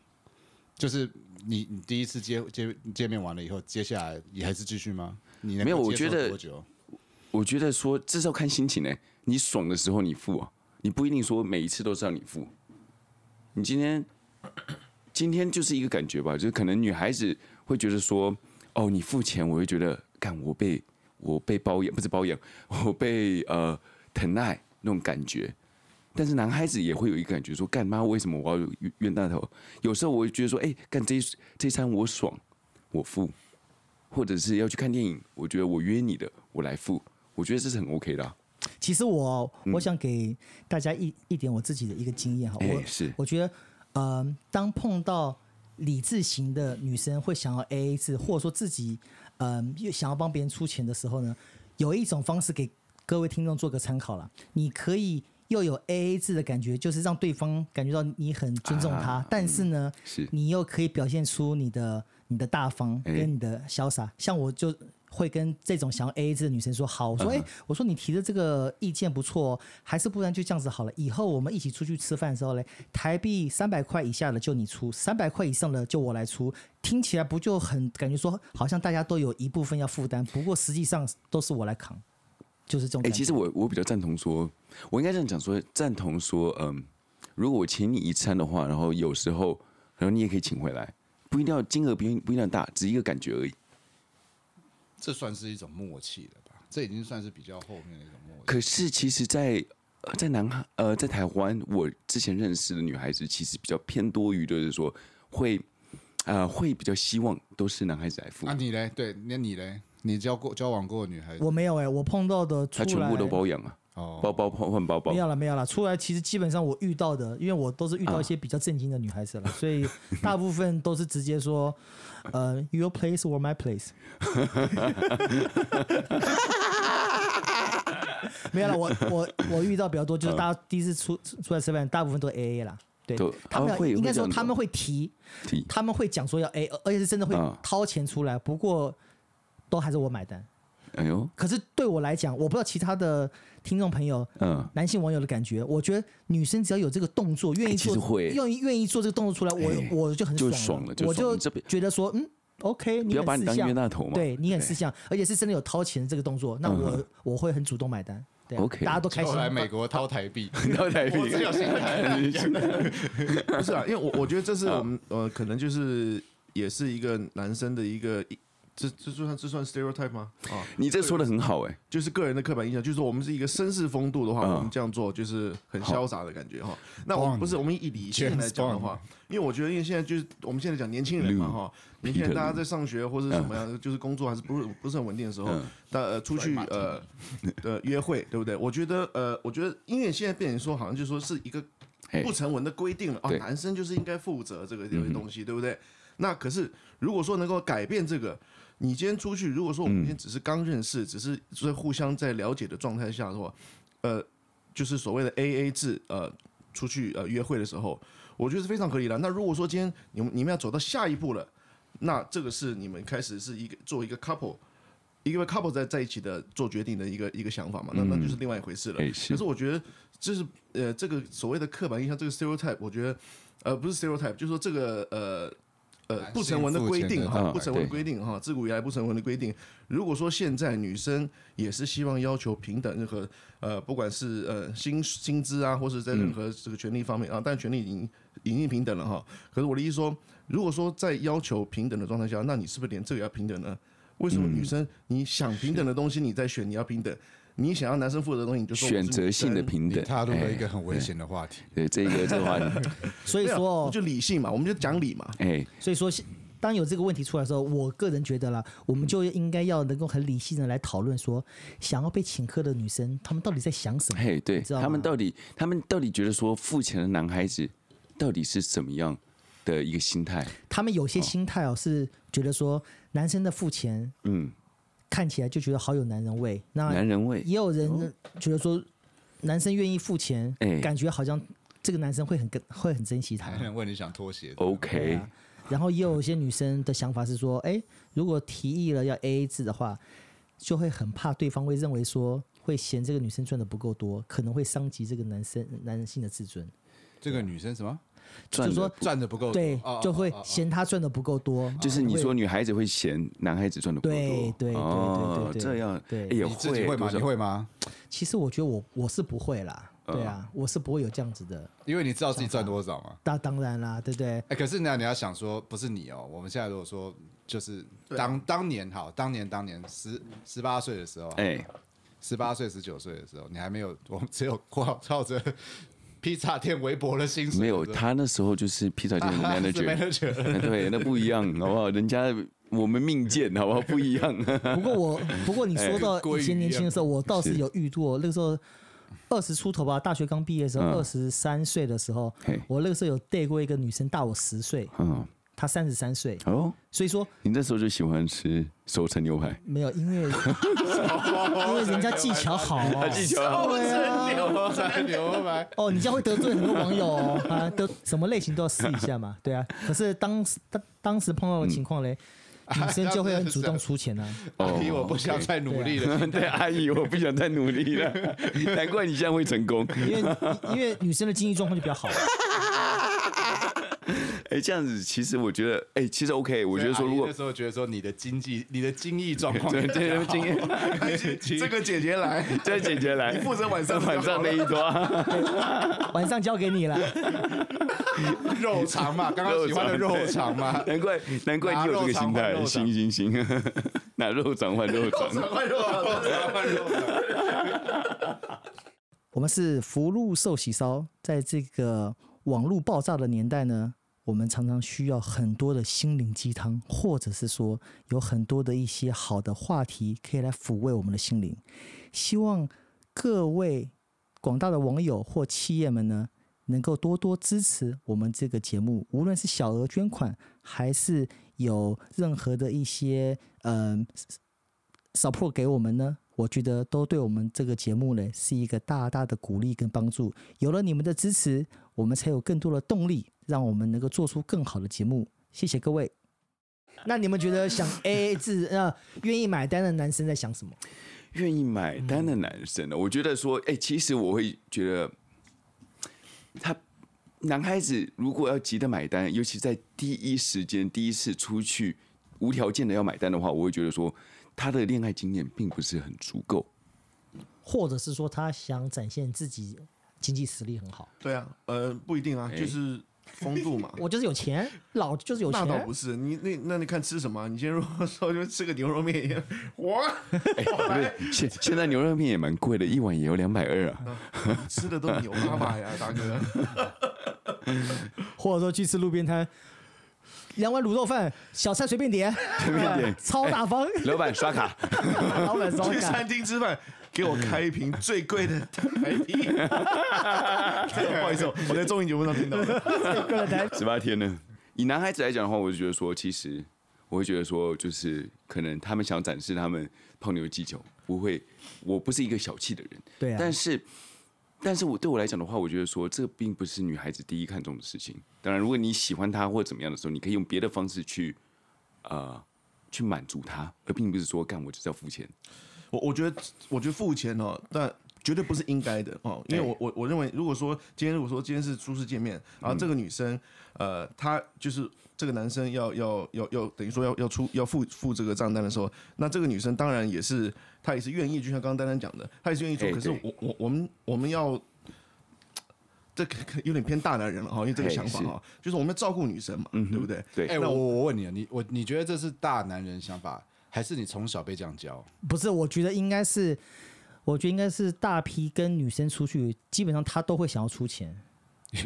Speaker 3: 就是你你第一次接接见面完了以后，接下来你还是继续吗？你能够
Speaker 2: 没有我
Speaker 3: 接受
Speaker 2: 觉得
Speaker 3: 多久？
Speaker 2: 我觉得说这是要看心情呢、欸你爽的时候你付啊，你不一定说每一次都是让你付。你今天今天就是一个感觉吧，就是可能女孩子会觉得说，哦，你付钱，我会觉得，干我被我被包养，不是包养，我被呃疼爱那种感觉。但是男孩子也会有一个感觉说，干妈为什么我要冤冤大头？有时候我会觉得说，哎、干这一这一餐我爽，我付，或者是要去看电影，我觉得我约你的，我来付，我觉得这是很 OK 的啊、
Speaker 4: 其实我我想给大家一一点我自己的一个经验哈，
Speaker 2: 哎
Speaker 4: 我
Speaker 2: 是
Speaker 4: 我觉得，呃，当碰到理智型的女生会想要 AA 制，或者说自己嗯、又想要帮别人出钱的时候呢，有一种方式给各位听众做个参考啦，你可以。又有 A A 制的感觉，就是让对方感觉到你很尊重他，
Speaker 2: 啊
Speaker 4: 但是呢，
Speaker 2: 是
Speaker 4: 你又可以表现出你的你的大方
Speaker 2: 哎
Speaker 4: 跟你的潇洒。像我就会跟这种想要 A A 制的女生说：“好，我
Speaker 2: 啊
Speaker 4: 说哎、我说你提的这个意见不错、哦，还是不然就这样子好了。以后我们一起出去吃饭的时候嘞，台币三百块以下的就你出，三百块以上的就我来出。听起来不就很感觉说好像大家都有一部分要负担，不过实际上都是我来扛，就是这种
Speaker 2: 哎、
Speaker 4: 感觉。
Speaker 2: 其实我我比较赞同说，我应该这样讲说，赞同说，嗯，如果我请你一餐的话，然后有时候，然后你也可以请回来，不一定要金额不一定不一定要大，只是一个感觉而已。
Speaker 3: 这算是一种默契了吧？这已经算是比较后面的一种默契。
Speaker 2: 可是其实在，呃在南韩呃在台湾，我之前认识的女孩子其实比较偏多于，就是说会呃会比较希望都是男孩子来付
Speaker 3: 啊，，你嘞？对，那你嘞？你交过交往过的女孩子？
Speaker 4: 我没有哎、我碰到的出
Speaker 2: 他
Speaker 4: 来
Speaker 2: 全部都包养啊，
Speaker 3: 哦，
Speaker 2: 包包换换包包
Speaker 4: 没。有了，没有了。出来其实基本上我遇到的，因为我都是遇到一些比较震惊的女孩 子了，所以大部分都是直接说，呃，your place or my place。没有了，我我我遇到比较多，就是大家第一次出出来吃饭，大部分都 A A 啦。对
Speaker 2: 啊都，
Speaker 4: 他们
Speaker 2: 啊会
Speaker 4: 应该说
Speaker 2: 会这样子
Speaker 4: 他们会提，
Speaker 2: 提
Speaker 4: 他们会讲说要 A，而且是真的会
Speaker 2: 啊
Speaker 4: 掏钱出来，不过都还是我买单。
Speaker 2: 哎呦，
Speaker 4: 可是对我来讲，我不知道其他的听众朋友，
Speaker 2: 嗯，
Speaker 4: 男性网友的感觉，我觉得女生只要有这个动作，愿意
Speaker 2: 哎其
Speaker 4: 做
Speaker 2: 实，会
Speaker 4: 愿意愿意做这个动作出来，我、
Speaker 2: 哎
Speaker 4: 我就很
Speaker 2: 就
Speaker 4: 爽
Speaker 2: 爽了就
Speaker 4: 我
Speaker 2: 爽
Speaker 4: 就
Speaker 2: 了这边
Speaker 4: 觉得说，嗯
Speaker 2: 不
Speaker 4: ，OK，你
Speaker 2: 要把
Speaker 4: 很
Speaker 2: 你
Speaker 4: 识
Speaker 2: 当冤
Speaker 4: 相，
Speaker 2: 大头嘛。
Speaker 4: 对你很识相，而且是真的有掏钱的这个动作，那我、我会很主动买单，对啊、
Speaker 2: 嗯 OK
Speaker 4: 大家都开心
Speaker 3: 后。来美国掏台币，
Speaker 2: 到台币，
Speaker 1: 不是啊，因为我我觉得这是我们呃，可能就是也是一个男生的一个，一这这算这算 stereotype 吗？啊，
Speaker 2: 你这说的很好哎、
Speaker 1: 就是个人的刻板印象，就是说我们是一个绅士风度的话，
Speaker 2: 嗯
Speaker 1: 我们这样做就是很潇洒的感觉哈。那我
Speaker 3: Bond
Speaker 1: 们不是我们以理性来讲的
Speaker 3: James Bond
Speaker 1: 话，因为我觉得因为现在就是我们现在讲年轻人嘛
Speaker 2: Lou
Speaker 1: 哈，年轻人
Speaker 2: Peter 嗯
Speaker 1: 大家在上学或是什么样，就是工作还是不是不是很稳定的时候，那呃出去呃 呃约会，对不对？我觉得呃，我觉得因为现在变成说好像就是说是一个
Speaker 2: 哎
Speaker 1: 不成文的规定了啊，
Speaker 2: 对嗯
Speaker 1: 男生就是应该负责这个有些东西，对不对？那可是如果说能够改变这个，你今天出去，如果说我们今天只是刚认识，只是在互相在了解的状态下的话，呃，就是所谓的 A A 制，呃，出去呃约会的时候，我觉得是非常可以的。那如果说今天你们你们要走到下一步了，那这个是你们开始是一个做一个 couple。一个 couple 在在一起的做决定的一个一个想法嘛，那那就是另外一回事了。
Speaker 2: 哎是
Speaker 1: 可是我觉得，就是呃，这个所谓的刻板印象，这个 stereotype，我觉得呃不是 stereotype，就是说这个呃呃
Speaker 3: 男性
Speaker 1: 不成文的规定
Speaker 3: 父权的
Speaker 1: 哈，
Speaker 2: 嗯
Speaker 1: 不成文
Speaker 2: 对
Speaker 1: 的规定哈，自古以来不成文的规定。如果说现在女生也是希望要求平等，任何呃不管是呃薪薪资啊，或是在任何这个权利方面啊，但权利已经已经平等了哈。可是我的意思说，如果说在要求平等的状态下，那你是不是连这个也要平等呢？为什么
Speaker 2: 嗯
Speaker 1: 女生你想平等的东西你在选，你要平等？你想要男生负责的东西，你就说我是
Speaker 2: 选择性的
Speaker 1: 女生
Speaker 2: 平
Speaker 3: 你
Speaker 2: 等。
Speaker 3: 踏入了
Speaker 2: 哎
Speaker 3: 一个很危险的话题。
Speaker 2: 对这个这 个话题，
Speaker 4: 所以
Speaker 1: 没有
Speaker 4: 说，
Speaker 1: 就理性嘛，啊我们就讲理嘛。
Speaker 2: 哎，
Speaker 4: 所以说，当有这个问题出来的时候，我个人觉得啦，我们就应该要能够很理性的来讨论说，想要被请客的女生，她们到底在想什么？
Speaker 2: 嘿，对
Speaker 4: 知道
Speaker 2: 他们
Speaker 4: 吗
Speaker 2: 到底，他们到底觉得说付钱的男孩子到底是怎么样的一个心态。
Speaker 4: 他们有些心态哦，是觉得说男生的付钱
Speaker 2: 嗯，
Speaker 4: 看起来就觉得好有男人味，那
Speaker 2: 男人味，
Speaker 4: 啊也有人觉得说男生愿意付钱
Speaker 2: 哎，
Speaker 4: 感觉好像这个男生会很跟会很珍惜他
Speaker 3: 还。想问你想脱鞋
Speaker 2: OK，、
Speaker 4: 啊然后也有一些女生的想法是说，哎，如果提议了要 AA 制的话，就会很怕对方会认为说会嫌这个女生赚的不够多，可能会伤及这个男生男人性的自尊，
Speaker 3: 这个女生什么
Speaker 2: 赚
Speaker 4: 就
Speaker 2: 的
Speaker 4: 说
Speaker 3: 赚的不够多，
Speaker 4: 对
Speaker 3: 哦，
Speaker 4: 就会嫌他赚的不够多，
Speaker 2: 就是你
Speaker 4: 会
Speaker 2: 说女孩子会嫌男孩子赚的不够多，
Speaker 4: 对对对对
Speaker 2: 哦
Speaker 4: 对对
Speaker 2: 这样
Speaker 4: 对
Speaker 2: 哎也
Speaker 3: 你自己
Speaker 2: 会
Speaker 3: 会吗？
Speaker 2: 多
Speaker 3: 你
Speaker 2: 少
Speaker 3: 会吗？
Speaker 4: 其实我觉得我我是不会啦，对啊，我是不会有这样子的。
Speaker 3: 因为你知道自己赚多少嘛。
Speaker 4: 那当然啦，对不对？
Speaker 3: 哎、可是呢，你要想说，不是你哦。我们现在如果说，就是当当年好，当年当年十十八岁的时候，
Speaker 2: 哎、
Speaker 3: 十八岁、十九岁的时候，你还没有，我们只有靠靠着披萨店微薄的薪水的时候，
Speaker 2: 没有，他那时候就是披萨店的
Speaker 3: 啊 是
Speaker 2: manager，
Speaker 3: manager，
Speaker 2: 对，那不一 样，好不好？人家我们命贱，好不好？不一样。
Speaker 4: 不过我不过你说
Speaker 3: 哎跟
Speaker 4: 到
Speaker 3: 鲑鱼
Speaker 4: 以前年轻的时候，我倒是
Speaker 2: 是
Speaker 4: 有遇过，那个时候二十出头吧，大学刚毕业的时候，
Speaker 2: 嗯
Speaker 4: 二十三岁的时候
Speaker 2: 嘿，
Speaker 4: 我那个时候有 date 过一个女生，大我十岁，
Speaker 2: 嗯，
Speaker 4: 她三十三岁，
Speaker 2: 哦，
Speaker 4: 所以说
Speaker 2: 你那时候就喜欢吃熟成牛排，
Speaker 4: 没有，因为因为人家技巧好哦。
Speaker 2: 巧
Speaker 4: 对啊
Speaker 3: 牛牛排，
Speaker 4: 哦，你这样会得罪很多网友哦， 啊，都什么类型都要试一下嘛，对啊。可是当时当当时碰到的情况嘞，女生就会很主动出钱啊，
Speaker 3: 阿姨，我不想再努力了。
Speaker 2: 哦对，啊 阿姨，我不想再努力了， 难怪你现在会成功。
Speaker 4: 因为因为女生的经济状况就比较好。
Speaker 2: 哎、这样子其实我觉得，哎、其实 OK，我觉得说如
Speaker 3: 阿姨
Speaker 2: 果
Speaker 3: 那时候觉得说你的经济、你的经济状况，
Speaker 2: 对对，今天
Speaker 1: 这个姐姐来，
Speaker 2: 再解决来，
Speaker 1: 负责晚上的就好
Speaker 2: 晚
Speaker 1: 了
Speaker 2: 上那一桌，
Speaker 4: 晚上交给你了，
Speaker 3: 肉肠嘛，刚刚喜欢的肉肠嘛，
Speaker 2: 难怪难怪你有这个心
Speaker 3: 拿
Speaker 2: 态，
Speaker 3: 肉肠
Speaker 2: 行行行， 拿肉肠换肉肠，
Speaker 1: 快肉啊
Speaker 4: 我们是福禄寿喜烧，在这个网络爆炸的年代呢，我们常常需要很多的心灵鸡汤，或者是说有很多的一些好的话题可以来抚慰我们的心灵。希望各位广大的网友或企业们呢，能够多多支持我们这个节目，无论是小额捐款，还是有任何的一些嗯、support 给我们呢，我觉得都对我们这个节目呢是一个大大的鼓励跟帮助。有了你们的支持，我们才有更多的动力，让我们能够做出更好的节目。谢谢各位。那你们觉得 想 A A 制呃愿意买单的男生在想什么？
Speaker 2: 愿意买单的男生呢？我觉得说，哎、其实我会觉得，他男孩子如果要急着买单，尤其在第一时间、第一次出去无条件的要买单的话，我会觉得说，他的恋爱经验并不是很足够。
Speaker 4: 或者是说他想展现自己经济实力很好？
Speaker 1: 对啊，呃，不一定
Speaker 2: 哎
Speaker 1: 啊，就是风度嘛。
Speaker 4: 我就是有钱，老就是有
Speaker 1: 那
Speaker 4: 钱。
Speaker 1: 倒不是，你那那你看吃什么？啊你今天如果说就吃个牛肉面，我
Speaker 2: 哎、不是，现现在牛肉面也蛮贵的，一碗也要两百二啊。
Speaker 1: 吃的都牛爸爸呀，大哥。
Speaker 4: 或者说去吃路边摊，两碗卤肉饭，小菜随便点， 随
Speaker 2: 便点
Speaker 4: 超大 方，
Speaker 2: 老板刷卡，
Speaker 4: 老板超
Speaker 1: 去
Speaker 4: 敢
Speaker 1: 餐厅吃饭，给我开一瓶最贵的台啤。不好意思哦，我在综艺节目上听到的。
Speaker 2: 十八天呢。以男孩子来讲的话，我就觉得说，其实我会觉得说，就是可能他们想展示他们泡妞技巧，不会，我不是一个小气的人，
Speaker 4: 对啊，
Speaker 2: 但是。但是我对我来讲的话，我觉得说这并不是女孩子第一看重的事情。当然，如果你喜欢她或怎么样的时候，你可以用别的方式去，呃，去满足她，而并不是说干我就是要付 钱。
Speaker 1: 我我觉得，我觉得付钱哦，但绝对不是应该的哦，因为我我我认为，如果说今天如果说今天是初次见面，然后这个女生，呃，她就是这个男生要要要要等于说要要出要付付这个账单的时候，那这个女生当然也是她也是愿意，就像刚刚丹丹讲的，她也是愿意做，
Speaker 2: 哎
Speaker 1: 可是
Speaker 2: 对
Speaker 1: 我我我们我们要。这个可有点偏大男人了哈，因为这个
Speaker 2: 哎
Speaker 1: 想法
Speaker 2: 是
Speaker 1: 哈，就是我们要照顾女生嘛，对不对？
Speaker 2: 对，
Speaker 3: 哎、我我问你啊，你我你觉得这是大男人想法，还是你从小被这样教？
Speaker 4: 不是，我觉得应该是，我觉得应该是大批跟女生出去，基本上她都会想要出钱，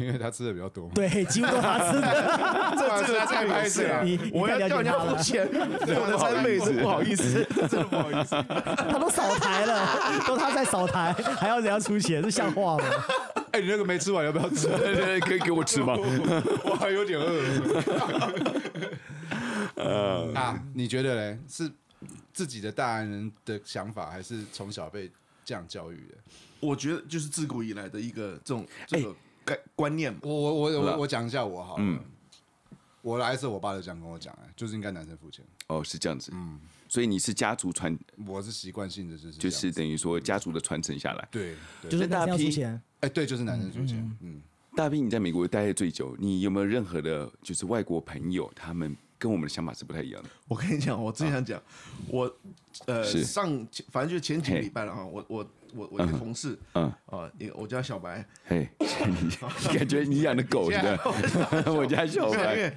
Speaker 3: 因为他吃的比较多嘛。
Speaker 4: 对，几乎都她 吃的。
Speaker 1: 这这个太拍死了
Speaker 4: 你你，
Speaker 1: 我要
Speaker 4: 太了解
Speaker 1: 叫人家
Speaker 4: 他了
Speaker 1: 付钱， 对我的三辈子不好意思，真的不好意思。
Speaker 4: 他都扫台了，都他在扫台，还要人家出钱，这像话吗？
Speaker 1: 哎、
Speaker 3: 哎，你那个没吃完，要不要吃？
Speaker 2: 哎可以给我吃吗？
Speaker 3: 我还有点饿。 啊，你觉得嘞？是自己的大人的想法，还是从小被这样教育的？
Speaker 1: 我觉得就是自古以来的一个这种
Speaker 2: 哎
Speaker 1: 这个概观念嘛。
Speaker 3: 我我我我我讲一下我好了。嗯我来的时候，我爸就这样跟我讲，哎，就是应该男生付钱。
Speaker 2: 哦，是这样子。所以你是家族传，
Speaker 3: 我是习惯性的就是
Speaker 2: 就
Speaker 3: 这样
Speaker 2: 是等于说家族的传承下来。
Speaker 3: 对对，
Speaker 4: 就是
Speaker 2: 那
Speaker 4: 男
Speaker 2: 大
Speaker 4: 生要
Speaker 2: 批
Speaker 4: 出钱，
Speaker 3: 哎对，就是男生付钱。嗯，
Speaker 2: 大兵，你在美国待的最久，你有没有任何的，就是外国朋友，他们跟我们的想法是不太一样的？
Speaker 1: 我跟你讲，我之前想讲，我呃
Speaker 2: 是
Speaker 1: 上反正就前几个
Speaker 2: 嘿
Speaker 1: 礼拜了哈，啊我我我我一个同事，
Speaker 2: 嗯
Speaker 1: 啊，一个我叫小白，
Speaker 2: 嘿， 你感觉你养的狗似的， 我家小
Speaker 1: 没有因
Speaker 2: 白，
Speaker 1: 为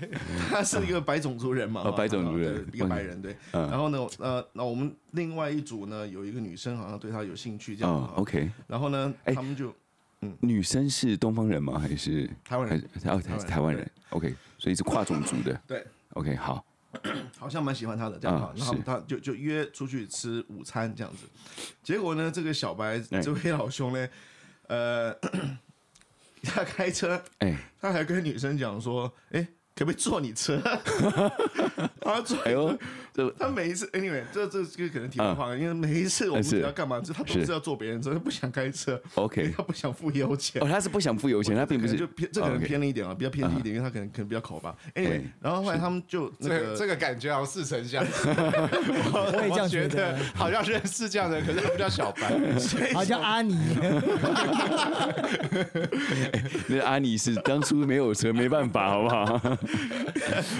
Speaker 1: 他是一个白种族人嘛，呃
Speaker 2: 哦白种族人哦嗯
Speaker 1: 对一个白人对。然后呢，呃，那我们另外一组呢，有一个女生好像对他有兴趣这样
Speaker 2: 哦
Speaker 1: 啊。
Speaker 2: ，OK，
Speaker 1: 然后呢，
Speaker 2: 哎
Speaker 1: 他们就
Speaker 2: 女生是东方人吗？还是
Speaker 1: 台湾
Speaker 2: 还
Speaker 1: 人
Speaker 2: 是哦，还是台湾人？OK，所以是跨种 族的。
Speaker 1: 对
Speaker 2: ，OK，好，
Speaker 1: 好像蛮喜欢他的这样啊
Speaker 2: 啊，
Speaker 1: 然后
Speaker 2: 是
Speaker 1: 他就就约出去吃午餐这样子。结果呢，这个小白
Speaker 2: 哎
Speaker 1: 这位老兄呢，呃， 他开车，
Speaker 2: 哎，
Speaker 1: 他还跟女生讲说，哎。可不可以坐你车？ 他坐，
Speaker 2: 哎呦，这
Speaker 1: 他每一次，anyway，这这这个可能挺不好，因为每一次我们
Speaker 2: 啊是
Speaker 1: 只要干嘛，他总
Speaker 2: 是
Speaker 1: 是要坐别人车，他不想开车。因为
Speaker 2: OK，
Speaker 1: 他不想付油钱
Speaker 2: 哦，。他是不想付油钱，他并不
Speaker 1: 可能
Speaker 2: 是哦
Speaker 1: 就偏，这可能
Speaker 2: OK
Speaker 1: 偏了一点啊，比较偏激一点，因为他可能可能比较口吧。Anyway，
Speaker 2: 哎
Speaker 1: 然后后来他们就那
Speaker 3: 这个这
Speaker 1: 个，
Speaker 3: 个感觉好像似曾 相识。
Speaker 4: 我也这样
Speaker 3: 觉
Speaker 4: 觉得，
Speaker 3: 好像认识这样的人，可是他不叫小 白。
Speaker 4: 好像阿 尼，
Speaker 2: 那阿 尼是当初没有车，没办法，好不好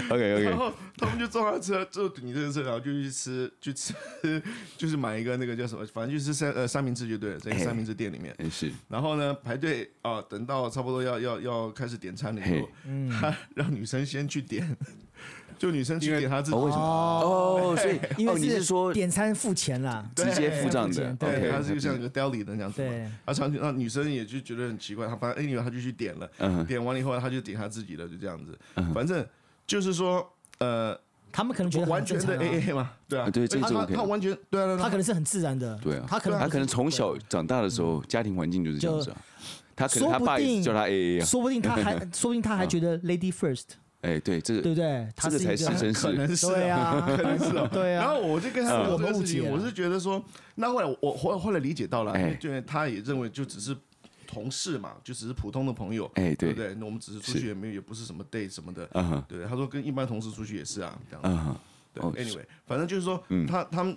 Speaker 2: ？OK
Speaker 1: 然
Speaker 2: OK，
Speaker 1: 后他们就坐他的车，坐你这个车，然后就去吃，去吃，就是买一个那个叫什么，反正就是三呃三明治就对了，在一个
Speaker 2: 哎
Speaker 1: 三明治店里面。
Speaker 2: 哎是
Speaker 1: 然后呢，排队啊，等到差不多要要要开始点餐的时候
Speaker 2: 嘿，
Speaker 4: 嗯
Speaker 1: 他让女生先去点， 就女生去
Speaker 3: 因为
Speaker 1: 点她自己
Speaker 2: 哦，为什么？哦，所以
Speaker 1: 哎
Speaker 4: 因
Speaker 2: 哦，
Speaker 4: 为
Speaker 2: 你是说
Speaker 4: 点餐付钱啦，
Speaker 2: 直接付账的
Speaker 4: 对
Speaker 1: 对，
Speaker 2: ，OK，
Speaker 1: 他是就像一个 deli 的那样子嘛
Speaker 4: 对。
Speaker 1: 他上去，那女生也就觉得很奇怪，她反正 anyway 她就去点了，
Speaker 2: 嗯
Speaker 1: 点完了以后她就点她自己的，就这样子。反正就是说，呃，
Speaker 4: 他们可能觉得很
Speaker 1: 完全的
Speaker 4: 正常啊
Speaker 1: AA 嘛，对啊，
Speaker 2: 啊对这
Speaker 1: 他
Speaker 2: 是
Speaker 1: 他
Speaker 2: OK 的
Speaker 1: 他完全对啊对啊，对啊
Speaker 4: 他可能是很自然的，
Speaker 2: 对啊
Speaker 4: 他可能
Speaker 2: 他可能从小长大的时候，家庭环境就是这样子啊。他可能
Speaker 4: 嗯说
Speaker 2: 他
Speaker 4: 不
Speaker 2: 爸也
Speaker 4: 定
Speaker 2: 是叫他 AA 啊，
Speaker 4: 说不定 他还，说不定他还觉得 lady first，
Speaker 2: 哎，对，这
Speaker 4: 对
Speaker 2: 个
Speaker 4: 不对？他
Speaker 2: 这个
Speaker 4: 是一
Speaker 2: 才是真
Speaker 1: 可
Speaker 2: 实。
Speaker 1: 能是
Speaker 4: 对 啊，可能是 对啊。
Speaker 1: 然后我就跟他聊这个事
Speaker 4: 嗯
Speaker 1: 情，我是觉得说，那后来我我后后来理解到了
Speaker 2: 啊哎，
Speaker 1: 就是他也认为就只是同事嘛，就只是普通的朋友，
Speaker 2: 哎，
Speaker 1: 对
Speaker 2: 对
Speaker 1: 不，对？那我们只是出
Speaker 2: 是
Speaker 1: 去也没有，也不是什么 date 什么的，
Speaker 2: 嗯哼，
Speaker 1: 对。他说跟一般同事出去也是啊，这样子。
Speaker 2: 嗯哼，
Speaker 1: 对
Speaker 2: 哦嗯
Speaker 1: ，anyway，反正就是说，他他们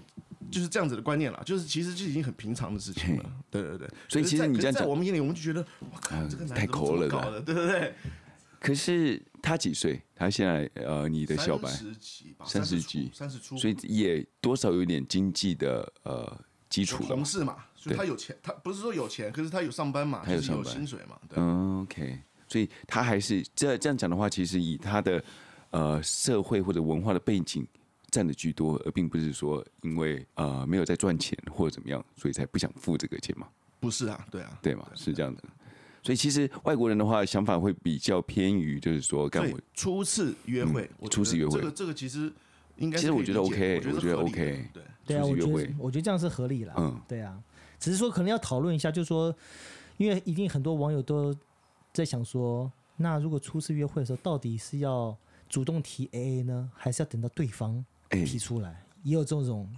Speaker 1: 就是这样子的观念啦，就是其实就已经很平常的事情了。对对对，
Speaker 2: 所以
Speaker 1: 可是
Speaker 2: 其实
Speaker 1: 在
Speaker 2: 你这
Speaker 1: 可是
Speaker 2: 样
Speaker 1: 在
Speaker 2: 讲
Speaker 1: 我们眼里，我们就觉得，我靠，
Speaker 2: 嗯
Speaker 1: 这个男
Speaker 2: 太
Speaker 1: 的怎么
Speaker 2: 抠了
Speaker 1: 这么搞的，
Speaker 2: 的
Speaker 1: 对对对，
Speaker 2: 可是他几岁？他现在呃，你的小白，
Speaker 1: 十几吧，
Speaker 2: 30几
Speaker 1: 三十出，
Speaker 2: 所以也多少有点经济的呃基
Speaker 1: 有
Speaker 2: 础了
Speaker 1: 同
Speaker 2: 嘛。
Speaker 1: 事嘛，所以他有钱，他不是说有钱，可是他有上班嘛，
Speaker 2: 他有
Speaker 1: 就是有
Speaker 2: 上班
Speaker 1: 薪水嘛，对。啊
Speaker 2: 嗯，OK，所以他还是这这样讲的话，其实以他的呃社会或者文化的背景占的居多，而并不是说因为呃没有在赚钱或者怎么样，所以才不想付这个钱嘛，
Speaker 1: 不是啊，对啊，
Speaker 2: 对吗？是这样的。所以其实外国人的话，想法会比较偏于就是说，干
Speaker 1: 所以
Speaker 2: 我嗯
Speaker 1: 初次约会，我觉得
Speaker 2: 初次约会
Speaker 1: 这个这个其实应该是
Speaker 2: 其实
Speaker 1: 可以
Speaker 2: 我觉得
Speaker 1: 理解
Speaker 2: OK，
Speaker 1: 我觉得合
Speaker 2: 我觉得
Speaker 1: 理的
Speaker 2: OK
Speaker 1: 对，
Speaker 4: 对啊，
Speaker 2: 出
Speaker 4: 我
Speaker 2: 去约
Speaker 4: 觉得
Speaker 2: 会
Speaker 4: 我觉得这样是合理啦。
Speaker 2: 嗯
Speaker 4: 对啊，只是说可能要讨论一下，就是说，因为一定很多网友都在想说，那如果初次约会的时候，到底是要主动提 AA 呢，还是要等到对方
Speaker 2: 哎、
Speaker 4: 提出来？也有这种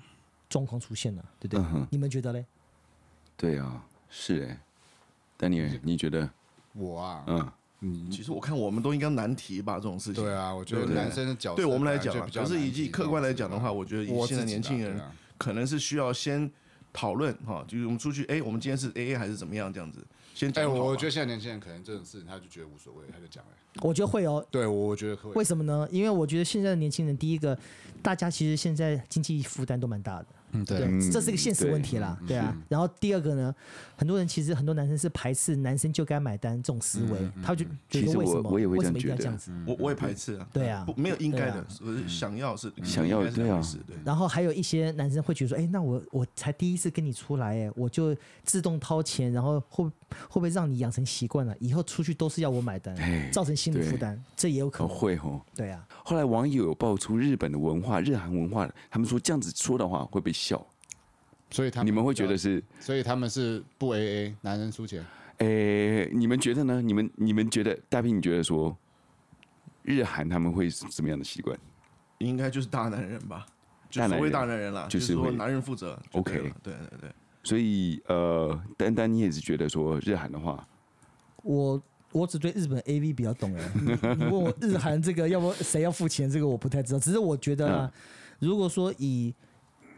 Speaker 4: 状况出现了，啊对不对？
Speaker 2: 嗯哼
Speaker 4: 你们觉得嘞？
Speaker 2: 对啊，是哎、丹尼尔，你觉得？
Speaker 3: 我啊，
Speaker 2: 嗯，
Speaker 1: 其实我看我们都应该难题吧，这种事情。
Speaker 3: 对啊，我觉得
Speaker 1: 对不对
Speaker 3: 男生的角色
Speaker 1: 对我们来讲
Speaker 3: 本
Speaker 1: 啊
Speaker 3: 来，就比较
Speaker 1: 可是以
Speaker 3: 难
Speaker 1: 及
Speaker 3: 提
Speaker 1: 客观来讲的话，，我觉得以
Speaker 3: 啊我
Speaker 1: 现在年轻人
Speaker 3: 自己啦啊
Speaker 1: 可能是需要先讨论哈，就是我们出去，哎，我们今天是 A A 还是怎么样这样子，先
Speaker 3: 对啊哎，
Speaker 1: 讲好吧。
Speaker 3: 我我觉得现在年轻人可能这种事情他就觉得无所谓，他就讲了。
Speaker 4: 我觉得会哦。
Speaker 3: 对，我我觉得可
Speaker 4: 为
Speaker 3: 以。
Speaker 4: 什么呢？因为我觉得现在的年轻人，第一个，大家其实现在经济负担都蛮大的，
Speaker 3: 嗯，
Speaker 4: 对，
Speaker 2: 嗯
Speaker 4: 这是个现实问题啦，对啊。然后第二个呢，很多人其实很多男生是排斥男生就该买单这种思维，
Speaker 3: 嗯
Speaker 4: 他就觉
Speaker 2: 其
Speaker 4: 得
Speaker 2: 实
Speaker 4: 为什
Speaker 2: 我
Speaker 4: 么
Speaker 2: 我也会
Speaker 4: 为
Speaker 2: 这样
Speaker 4: 什么一定
Speaker 2: 觉得
Speaker 4: 要
Speaker 2: 嗯
Speaker 4: 这样子？
Speaker 1: 我我也排斥啊，
Speaker 4: 对啊
Speaker 1: 不没有应该
Speaker 4: 对
Speaker 1: 的
Speaker 4: 啊，
Speaker 1: 我是想要是
Speaker 2: 想要
Speaker 1: 应该是
Speaker 2: 对啊
Speaker 1: 排斥对。
Speaker 4: 然后还有一些男生会觉得说，哎，那我我才第一次跟你出来，哎，我就自动掏钱，然后会会不会让你养成习惯了？以后出去都是要我买单
Speaker 2: 哎，
Speaker 4: 造成心理
Speaker 2: 对
Speaker 4: 负担，这也有可
Speaker 2: 哦，
Speaker 4: 能。
Speaker 2: 会哦。
Speaker 4: 对啊，
Speaker 2: 后来网友有爆出日本的文化、日韩文化，他们说这样子说的话会被笑，
Speaker 3: 所以他啊
Speaker 2: 你们会觉得，是
Speaker 3: 所以他们是不 A A，男人出钱。
Speaker 2: 诶，你们觉得呢？你们你们觉得大兵，你觉得说日韩他们会是什么样的习惯？
Speaker 1: 应该就是大男人吧，就
Speaker 2: 大男人
Speaker 1: 所谓大男人啦，
Speaker 2: 就是
Speaker 1: 是说
Speaker 2: 会
Speaker 1: 男人负责就对了
Speaker 2: OK
Speaker 1: 对对对，
Speaker 2: 所以呃，丹丹你也是觉得说日韩的话，
Speaker 4: 我我只对日本 A V 比较懂哎，你你问我日韩这个，要不谁要付钱，这个我不太知道。只是我觉得啊，如果说以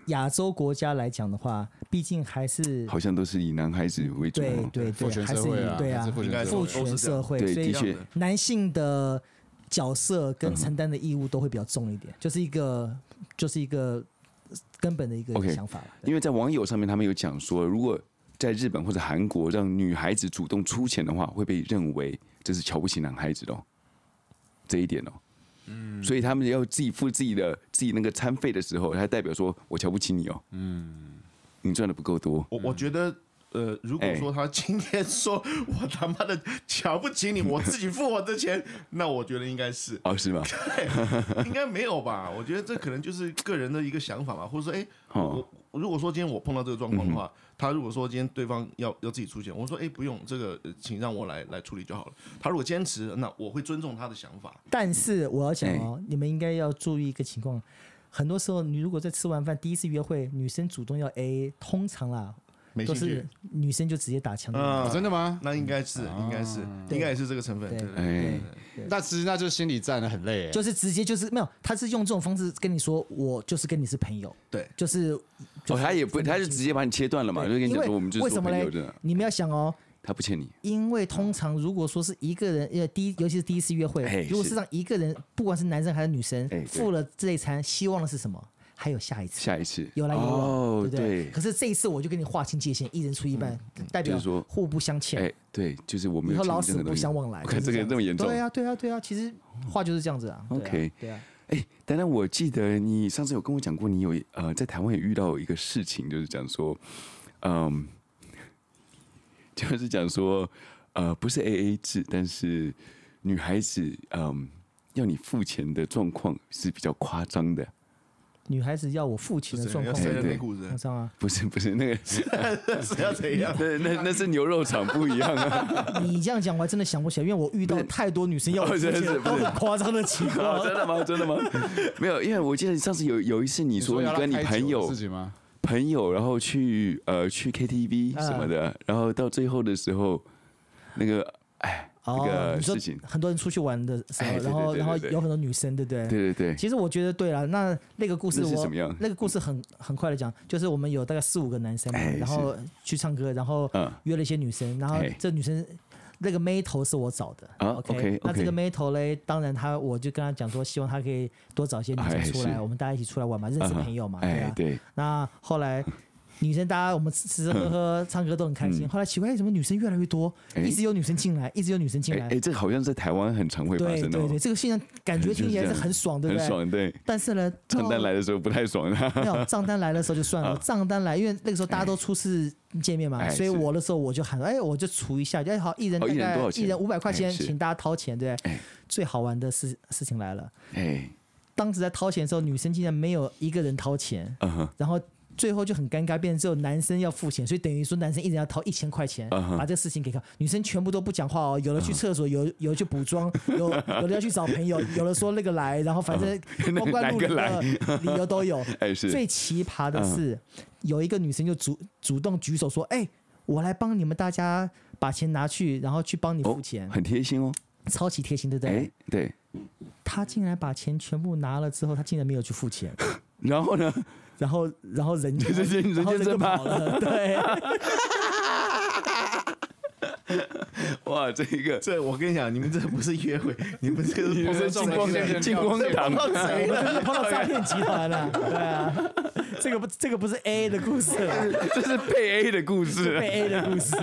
Speaker 4: 亚洲国家来讲的话，毕竟还是
Speaker 2: 好像啊都是以男孩子为主。
Speaker 4: 对对
Speaker 3: 父
Speaker 4: 对，
Speaker 3: 权
Speaker 4: 还
Speaker 3: 社
Speaker 4: 是
Speaker 3: 会啊，
Speaker 4: 以对
Speaker 3: 还
Speaker 4: 啊
Speaker 3: 是，父
Speaker 1: 应该
Speaker 3: 权
Speaker 1: 是
Speaker 3: 社
Speaker 4: 父
Speaker 1: 都
Speaker 3: 会
Speaker 4: 权
Speaker 1: 是这样
Speaker 4: 社会，
Speaker 2: 对
Speaker 4: 所以
Speaker 2: 的确
Speaker 1: 的
Speaker 4: 男性的角色跟承担的义务都会比较重一点，就是一个就是一个根本的一个
Speaker 2: OK
Speaker 4: 想法了。对
Speaker 2: 因为在网友上面他们有讲说，如果在日本或者韩国让女孩子主动出钱的话，会被认为这是瞧不起男孩子的、哦，这一点哦。嗯，所以他们要自己付自己的自己那个餐费的时候，他代表说我瞧不起你哦。嗯，你赚的不够 多。
Speaker 1: 我我觉得。呃，如果
Speaker 2: 嗯哎
Speaker 1: 说他今天说 我他妈的瞧不起你，我自己付我的钱， 那我觉得应该是
Speaker 2: 哦，是吗？
Speaker 1: 应该没有吧？我觉得这可能就是个人的一个想法嘛，或者说，哎、
Speaker 2: 哦，
Speaker 1: 我如果说今天我碰到这个状
Speaker 2: 嗯
Speaker 1: 况的话，他如果说今天对方要要自己出钱，我说哎、不用，这个呃请让我来来处理就好了。他如果坚持，那我会尊重他的想法。
Speaker 4: 但是我要讲
Speaker 2: 哎
Speaker 4: 哦，你们应该要注意一个情况，很多时候你如果在吃完饭第一次约会，女生主动要 A，通常啦
Speaker 1: 没
Speaker 4: 都
Speaker 1: 兴趣
Speaker 4: 是，女生就直接打枪的。
Speaker 2: 啊
Speaker 1: 嗯
Speaker 3: 哦真的吗？
Speaker 1: 那应该是应该是应该也是这个成分，
Speaker 4: 对
Speaker 1: 对对对。
Speaker 2: 哎，
Speaker 3: 那其实那就是心理战的很累欸，
Speaker 4: 就是直接就是没有，他是用这种方式跟你说，我就是跟你是朋友，
Speaker 1: 对，
Speaker 4: 就是
Speaker 2: 哦，他也不，他就直接把你切断了嘛，就
Speaker 4: 对
Speaker 2: 跟你讲
Speaker 4: 因
Speaker 2: 说
Speaker 4: 为
Speaker 2: 我们就是
Speaker 4: 为什
Speaker 2: 做
Speaker 4: 么
Speaker 2: 朋友
Speaker 4: 嘞
Speaker 2: 的，
Speaker 4: 你们要想哦，
Speaker 2: 他不欠你。
Speaker 4: 因为通常如果说是一个人，呃，第一，尤其是第一次约
Speaker 2: 哎
Speaker 4: 会，如果
Speaker 2: 是
Speaker 4: 是让一个人，不管是男生还是女生
Speaker 2: 哎对，
Speaker 4: 付了这一餐，希望的是什么？还有下一次，
Speaker 2: 下一次
Speaker 4: 有来有往，
Speaker 2: 哦，
Speaker 4: 对不对？
Speaker 2: 对，嗯
Speaker 4: 可是这一次我就跟你划清界限，一人出一半，代
Speaker 2: 就
Speaker 4: 表
Speaker 2: 是说
Speaker 4: 互不相欠，
Speaker 2: 哎，对，就是我们
Speaker 4: 以
Speaker 2: 有
Speaker 4: 后
Speaker 2: 欠
Speaker 4: 老
Speaker 2: 你任
Speaker 4: 死
Speaker 2: 何
Speaker 4: 不
Speaker 2: 东西
Speaker 4: 相往来。
Speaker 2: 我看这
Speaker 4: 就是
Speaker 2: 个
Speaker 4: 样
Speaker 2: 这么严重
Speaker 4: 对啊，对啊，对啊，其实话就是这样子啊。对啊
Speaker 2: OK
Speaker 4: 对啊，
Speaker 2: 哎，丹丹，我记得你上次有跟我讲过，你有呃在台湾也遇到一个事情，就是讲说，嗯， 就是讲说，呃，不是 A A 制，但是女孩子嗯要你付钱的状况是比较夸张的，
Speaker 4: 女孩子要我付钱
Speaker 1: 是怎
Speaker 4: 的状
Speaker 1: 样要
Speaker 4: 况，
Speaker 1: 塞
Speaker 2: 谁
Speaker 1: 人
Speaker 2: 对
Speaker 1: 内裤
Speaker 4: 夸
Speaker 1: 子，
Speaker 4: 张啊！
Speaker 2: 不是不是那个，
Speaker 1: 是要怎样？
Speaker 2: 那那那是牛肉厂不一样 啊，
Speaker 4: 你这样讲，我还真的想不起来，因为我遇到太多女生要我付
Speaker 2: 哦真
Speaker 4: 钱
Speaker 2: 的是不
Speaker 4: 都
Speaker 2: 是
Speaker 4: 很 夸张的情
Speaker 2: 啊真
Speaker 4: 况。
Speaker 2: 的吗？真的吗？没有，因为我记得上次有有一次你
Speaker 3: 你
Speaker 2: 说你
Speaker 3: 要让
Speaker 2: 跟你
Speaker 3: 他开
Speaker 2: 朋
Speaker 3: 酒的
Speaker 2: 友
Speaker 3: 事情吗？
Speaker 2: 朋友，然后去呃去 KTV
Speaker 4: 啊
Speaker 2: 什么的，然后到最后的时候，那个哎那
Speaker 4: 哦，
Speaker 2: 个
Speaker 4: 你说
Speaker 2: 事情，
Speaker 4: 很多人出去玩的时候
Speaker 2: 哎，对
Speaker 4: 然后
Speaker 2: 对对
Speaker 4: 然后
Speaker 2: 对对
Speaker 4: 有很多女生，对不对？
Speaker 2: 对对对，
Speaker 4: 其实我觉得对了，那那个故事
Speaker 2: 那是
Speaker 4: 我
Speaker 2: 怎么样
Speaker 4: 那个故事很很快的讲，就是我们有大概四五个男生嘛，
Speaker 2: 哎
Speaker 4: 然后去唱歌，然后
Speaker 2: 嗯
Speaker 4: 约了一些女生，然后
Speaker 2: 哎
Speaker 4: 这女生。那个妹头是我找的、
Speaker 2: 啊
Speaker 4: o k
Speaker 2: OK，OK
Speaker 4: 那这个妹头嘞，当然她我就跟她讲说，希望她可以多找一些女
Speaker 2: 哎
Speaker 4: 生出来，
Speaker 2: 是
Speaker 4: 我们大家一起出来玩嘛，认
Speaker 2: 嗯
Speaker 4: 识
Speaker 2: 哼
Speaker 4: 朋友嘛，对
Speaker 2: 哎
Speaker 4: 啊。
Speaker 2: 对，
Speaker 4: 那后来女生大家我们吃吃喝喝、唱歌都很开心，后来奇怪哎怎么女生越来越多，
Speaker 2: 嗯哎
Speaker 4: 一直有女生进来，一直有女生进
Speaker 2: 哎
Speaker 4: 来，
Speaker 2: 哎，这个好像在台湾很常会发
Speaker 4: 对
Speaker 2: 生的
Speaker 4: 对
Speaker 2: 哦
Speaker 4: 对，，这个现象感觉听起来是很爽，对不
Speaker 2: 很
Speaker 4: 对？
Speaker 2: 爽，对，
Speaker 4: 但是呢，
Speaker 2: 账
Speaker 4: 到
Speaker 2: 单来的时候不太爽的，
Speaker 4: 没有账单来的时候就算了，账单来，因为那个时候大家都初次见面嘛
Speaker 2: 哎，
Speaker 4: 所以
Speaker 2: 是
Speaker 4: 我的时候我就喊，哎，我就除一下，哎，好，一人
Speaker 2: 哦
Speaker 4: 大
Speaker 2: 一人多
Speaker 4: 概
Speaker 2: 少钱
Speaker 4: 一人五百块
Speaker 2: 哎
Speaker 4: 钱，
Speaker 2: 是
Speaker 4: 请大家掏钱，对不对
Speaker 2: 哎？
Speaker 4: 最好玩的事事情来了，
Speaker 2: 哎，
Speaker 4: 当时在掏钱的时候，女生竟然没有一个人掏钱，
Speaker 2: 嗯哼，
Speaker 4: 然后。最后就很尴尬，变成只有男生要付钱，所以等于说男生一人要掏一千块钱，
Speaker 2: 嗯哼嗯
Speaker 4: 把这个事情给看。女生全部都不讲话哦，有的去厕所，有有的去补妆，有有的要去找 朋友，有的说那个来，然后反正
Speaker 2: 嗯
Speaker 4: 光怪陆离
Speaker 2: 哪
Speaker 4: 的理由都有。
Speaker 2: 哎 是，嗯
Speaker 4: 最奇葩的是，有一个女生就主主动举手说：“哎、我来帮你们大家把钱拿去，然后去帮你付
Speaker 2: 哦
Speaker 4: 钱，，
Speaker 2: 很贴心哦，
Speaker 4: 超级贴心，对不对
Speaker 2: 哎？”对，
Speaker 4: 她竟然把钱全部拿了之后，她竟然没有去付钱，
Speaker 2: 然后呢，
Speaker 4: 然后然后人就
Speaker 2: 人间人
Speaker 4: 然后
Speaker 2: 间
Speaker 4: 人就
Speaker 2: 蒸发
Speaker 4: 跑了， 对，哎
Speaker 2: 哇，这一个
Speaker 1: 这我跟你讲，你们这不是约会，你们这个是
Speaker 2: 你
Speaker 1: 碰
Speaker 2: 是
Speaker 1: 到
Speaker 2: 金
Speaker 1: 谁
Speaker 2: 光
Speaker 1: 了
Speaker 2: 金光
Speaker 1: 碰
Speaker 2: 党，
Speaker 1: 到谁
Speaker 4: 我们
Speaker 1: 了？
Speaker 4: 就是碰到诈骗集团了，对啊，这个不这个不是 A 的故事了。
Speaker 2: 这是被 A 的故事啊，
Speaker 4: 被 A 的故事，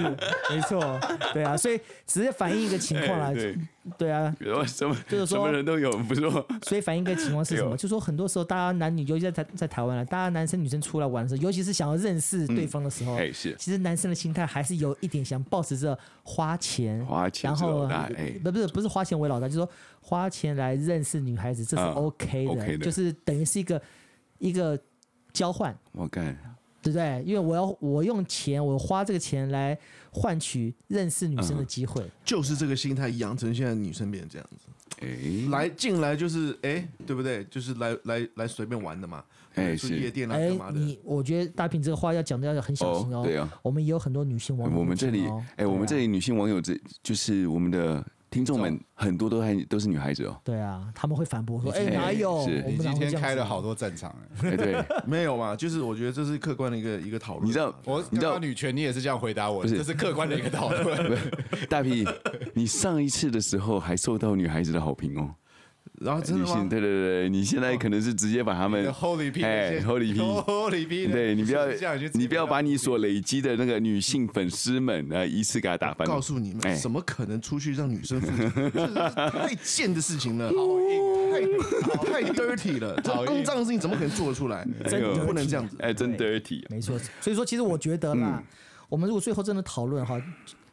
Speaker 4: 没错，对啊，所以只是反映一个情况啦
Speaker 2: 哎，对，
Speaker 4: 对啊，
Speaker 2: 什么
Speaker 4: 就是说
Speaker 2: 什么人都有，不错，
Speaker 4: 所以反映一个情况是什
Speaker 2: 哎呦
Speaker 4: 么？就说很多时候，大家男女，尤其在台在台湾啊了，大家男生女生出来玩的时候，尤其是想要认识对方的时候，
Speaker 2: 哎是
Speaker 4: 其实男生的心态还是有一点想保持着花钱，
Speaker 2: 花钱
Speaker 4: 然
Speaker 2: 是老
Speaker 4: 后呃
Speaker 2: 大哎
Speaker 4: 不不是不是花钱为老大，就是说花钱来认识女孩子，这是
Speaker 2: 啊
Speaker 4: OK 的，
Speaker 2: OK 的
Speaker 4: 就是等于是一个一个交换。
Speaker 2: 我干，
Speaker 4: 对不对？因为我要我用钱，我花这个钱来换取认识女
Speaker 2: 嗯
Speaker 4: 生的机会。
Speaker 1: 就是这个心态养成现在女生变成这样子，
Speaker 2: 哎
Speaker 1: 来进来就是哎，对不对？就是来来来随便玩的嘛，
Speaker 2: 哎
Speaker 1: 去夜
Speaker 2: 是
Speaker 1: 店啊
Speaker 4: 哎
Speaker 1: 干嘛，的？
Speaker 4: 你我觉得大平这个话要讲的要很小心哦。
Speaker 2: 对啊，
Speaker 4: 我们也有很多女性网友、
Speaker 2: 我们这里
Speaker 4: 哦
Speaker 2: 哎，我们这
Speaker 4: 对啊
Speaker 2: 里女性网友这就是我们的听众们很多都还都是女孩子哦，
Speaker 4: 对啊，他们会反驳说：“
Speaker 2: 你
Speaker 4: 哎，
Speaker 2: 今
Speaker 4: 哪有？我
Speaker 2: 是
Speaker 4: 们
Speaker 3: 你
Speaker 4: 哪
Speaker 3: 今
Speaker 4: 会这
Speaker 3: 天
Speaker 4: 样
Speaker 3: 开
Speaker 4: 子
Speaker 3: 了好多战场哎、
Speaker 2: 哎对，
Speaker 1: 没有嘛？就是我觉得这是客观的一个一个讨论嘛。啊
Speaker 2: 你知道
Speaker 3: 我
Speaker 2: 你
Speaker 3: 你
Speaker 2: 知道
Speaker 3: 女权，你也是这样回答我，
Speaker 2: 不是
Speaker 3: 这是客观的一个讨 论。
Speaker 2: 大 P，你上一次的时候还受到女孩子的好评哦，
Speaker 1: 然后真
Speaker 2: 女
Speaker 1: 的
Speaker 2: 性
Speaker 1: 吗？
Speaker 2: 对对对，你现在可能是直接把他们
Speaker 3: Holy P，
Speaker 2: 哎 Holy P
Speaker 3: P，Holy P，
Speaker 2: 对你不要
Speaker 3: 这样去，
Speaker 2: 你不要把你所累积的那个女性粉丝们啊，呃一次给她打翻。
Speaker 1: 告诉你
Speaker 2: 哎
Speaker 1: 们，怎么可能出去让女生付钱？这是太贱的事情了，
Speaker 3: 哦
Speaker 1: 嗯太太 dirty 了，这
Speaker 3: 讨
Speaker 1: 肮
Speaker 3: 厌
Speaker 1: 脏的事情怎么可能做得出来？
Speaker 4: 真
Speaker 2: 哎呦
Speaker 1: 不能这样子。
Speaker 2: 哎，真 dirty 啊。
Speaker 4: 没错，所以说其实我觉得
Speaker 2: 嗯
Speaker 4: 啦，我们如果最后真的讨论哈，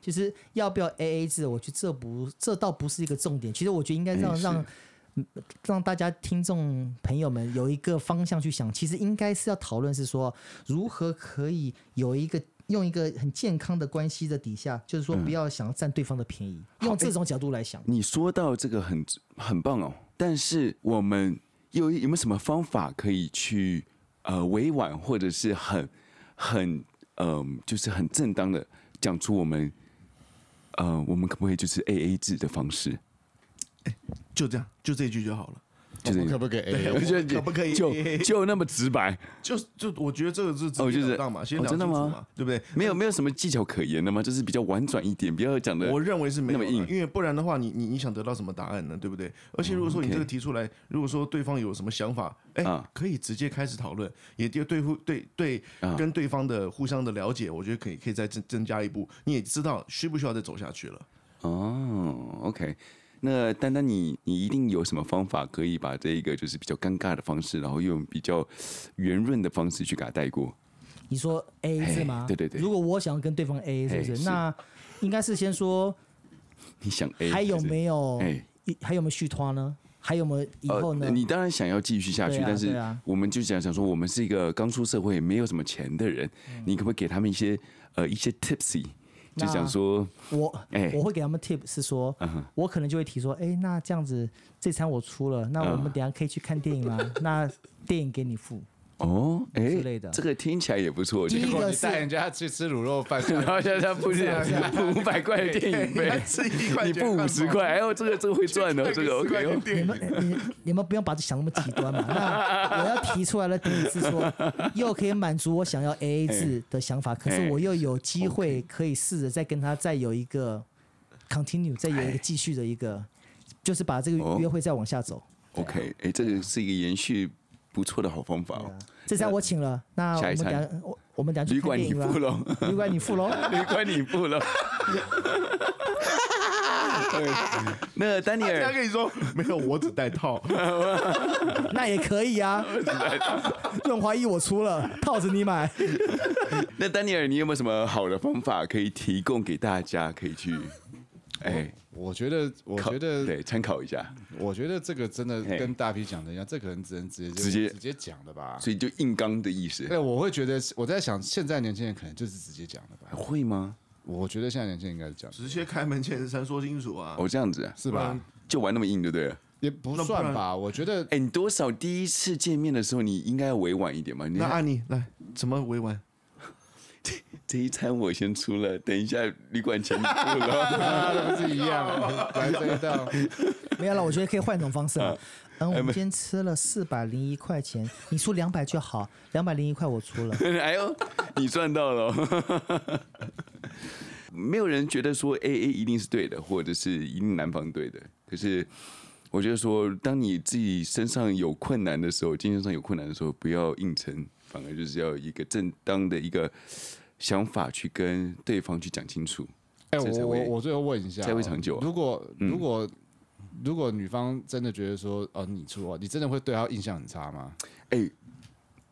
Speaker 4: 其实要不要 A A 制，我觉得这不这倒不是一个重点。其实我觉得应该让、
Speaker 2: 哎是
Speaker 4: 让让大家听众朋友们有一个方向去想，其实应该是要讨论是说如何可以有一个。用一个很健康的关系的底下，就是说
Speaker 2: 嗯
Speaker 4: 不要想要占对方的便宜，用
Speaker 2: 哎
Speaker 4: 这种角度来想。
Speaker 2: 你说到这个很很棒哦，但是我们又有没有什么方法可以去呃委婉或者是很很嗯、就是很正当的讲出我们呃我们可不可以就是 A A 制的方式？
Speaker 1: 就这样，就这一句就好了。
Speaker 2: 就
Speaker 3: 我
Speaker 2: 是
Speaker 3: 们可不可以 AA？
Speaker 2: 我觉得
Speaker 1: 可不可以
Speaker 2: 就
Speaker 1: AA
Speaker 2: 就那么直白，
Speaker 1: 就就我觉得这个是
Speaker 2: 哦
Speaker 1: 直
Speaker 2: 就是
Speaker 1: 截了当嘛，先
Speaker 2: 哦
Speaker 1: 聊
Speaker 2: 真
Speaker 1: 清楚
Speaker 2: 的吗
Speaker 1: 嘛，对不对？
Speaker 2: 没有没有什么技巧可言的吗？就是比较婉转一点，不要讲的。
Speaker 1: 我认为是没有
Speaker 2: 那
Speaker 1: 的
Speaker 2: 么硬
Speaker 1: 因为不然的话，你你你想得到什么答案呢？对不对？而且如果说你
Speaker 2: OK
Speaker 1: 这个提出来，如果说对方有什么想法，哎
Speaker 2: 啊，
Speaker 1: 可以直接开始讨论，也对对互对对
Speaker 2: 啊
Speaker 1: 跟对方的互相的了解，我觉得可以可以再增增加一步，你也知道需不需要再走下去了。
Speaker 2: 哦，OK，那丹丹你，你一定有什么方法可以把这一个就是比较尴尬的方式，然后用比较圆润的方式去给它带过？
Speaker 4: 你说 A A 制
Speaker 2: 哎
Speaker 4: 吗？
Speaker 2: 嘿对对对
Speaker 4: 如果我想要跟对方 A A，是不
Speaker 2: 嘿
Speaker 4: 是？
Speaker 2: 是
Speaker 4: 那应该是先说
Speaker 2: 你想 A
Speaker 4: 还有
Speaker 2: 是
Speaker 4: 没有？
Speaker 2: 哎？
Speaker 4: 一还有没有续托呢？还有没有以后呢？
Speaker 2: 呃，你当然想要继续下去，
Speaker 4: 对啊
Speaker 2: 但
Speaker 4: 对
Speaker 2: 是
Speaker 4: 啊
Speaker 2: 我们就想想说，我们是一个刚出社会没有什么钱的人，
Speaker 4: 嗯
Speaker 2: 你可不可以给他们一些呃一些 tipsy，就
Speaker 4: 那
Speaker 2: 讲说，
Speaker 4: 我、
Speaker 2: 哎嗯
Speaker 4: 我会给他们 tip 是说，我可能就会提说，哎、那这样子这餐我出了，那我
Speaker 2: 嗯
Speaker 4: 们等一下可以去看电影吗？那电影给你 付。
Speaker 2: 哦，哎、
Speaker 4: 之类的
Speaker 2: 这个听起来也不错，我觉
Speaker 4: 第
Speaker 2: 得
Speaker 4: 一
Speaker 3: 结果
Speaker 4: 个
Speaker 3: 你
Speaker 4: 是
Speaker 3: 带人家去吃卤肉饭，
Speaker 2: 然后现在付
Speaker 4: 啊
Speaker 2: 付五百块的电影 费，
Speaker 1: 吃一块
Speaker 2: 你付五十块，哎呦，这个这个会赚的，这个 OK 哦。
Speaker 4: 你们你你们不用把这想那么极端嘛。那我要提出来的点是说，又可以满足我想要 A A 制的想法，可
Speaker 2: 哎
Speaker 4: 是我又有机会可以试着再跟他再有一个 continue，再有一个继续的一个，就是把这
Speaker 2: 哎哦
Speaker 4: 个约会再往下走。
Speaker 3: 啊
Speaker 2: OK，哎，这个是一个延续不错的好方法
Speaker 3: 啊
Speaker 2: 哦。
Speaker 4: 这餐我请了，那我
Speaker 2: 下一
Speaker 4: 们
Speaker 2: 餐
Speaker 4: 等我我们等下
Speaker 2: 旅
Speaker 4: 去看
Speaker 2: 馆
Speaker 4: 电
Speaker 2: 你
Speaker 4: 影吧。
Speaker 2: 付喽，
Speaker 4: 旅馆你 付喽。
Speaker 2: 旅馆你付喽。哎那丹尼
Speaker 1: 他
Speaker 2: 尔，
Speaker 1: 跟你说没有，我只带套。
Speaker 4: 那也可以 啊。润滑液我出了，套子你买。
Speaker 2: 那丹尼尔，你有没有什么好的方法可以提供给大家，可以 去 哎，
Speaker 3: 我觉得，我
Speaker 2: 考
Speaker 3: 觉得，
Speaker 2: 对参考一下？
Speaker 3: 我觉得这个真的
Speaker 2: 嘿
Speaker 3: 跟大 P 讲的一样，这可能只能直接就
Speaker 2: 直接
Speaker 3: 直接讲的吧。
Speaker 2: 所以就硬刚的意思
Speaker 3: 对，，我会觉得我在想，现在年轻人可能就是直接讲的吧。
Speaker 2: 会吗？
Speaker 3: 我觉得现在年轻人应该是讲，
Speaker 1: 直接开门见山说清楚啊！
Speaker 2: 哦，这样子啊，
Speaker 3: 是吧
Speaker 1: 嗯？
Speaker 2: 就玩那么硬就对了。
Speaker 3: 也不
Speaker 1: 那不
Speaker 3: 算
Speaker 1: 然
Speaker 3: 吧。我觉得
Speaker 2: 哎，你多少第一次见面的时候，你应该要委婉一点嘛？你
Speaker 3: 啊
Speaker 2: 啊
Speaker 1: 那按你来，怎么委婉？
Speaker 2: 这一餐我先出了，等一下旅馆钱你付了。
Speaker 3: 妈的不是一样 啊，来这一道，
Speaker 4: 没有了，我觉得可以换一种方式
Speaker 2: 啊
Speaker 4: 了。嗯，
Speaker 2: 哎
Speaker 4: 我们今天吃了四百零一块钱，你出两百就好，两百零一块我出了。
Speaker 2: 哎呦，你赚到了哦！ 没有人觉得说 A A 一定是对的，或者是一定男方对的。可是我觉得说，当你自己身上有困难的时候，精神上有困难的时候，不要硬撑，反而就是要一个正当的一个想法去跟对方去讲清楚。
Speaker 3: 哎，
Speaker 2: 这才
Speaker 3: 我
Speaker 2: 会
Speaker 3: 我我最后问一下哦，
Speaker 2: 才会长久啊
Speaker 3: 如果如果如果女方真的觉得说，哦，你出啊，你真的会对她印象很差吗？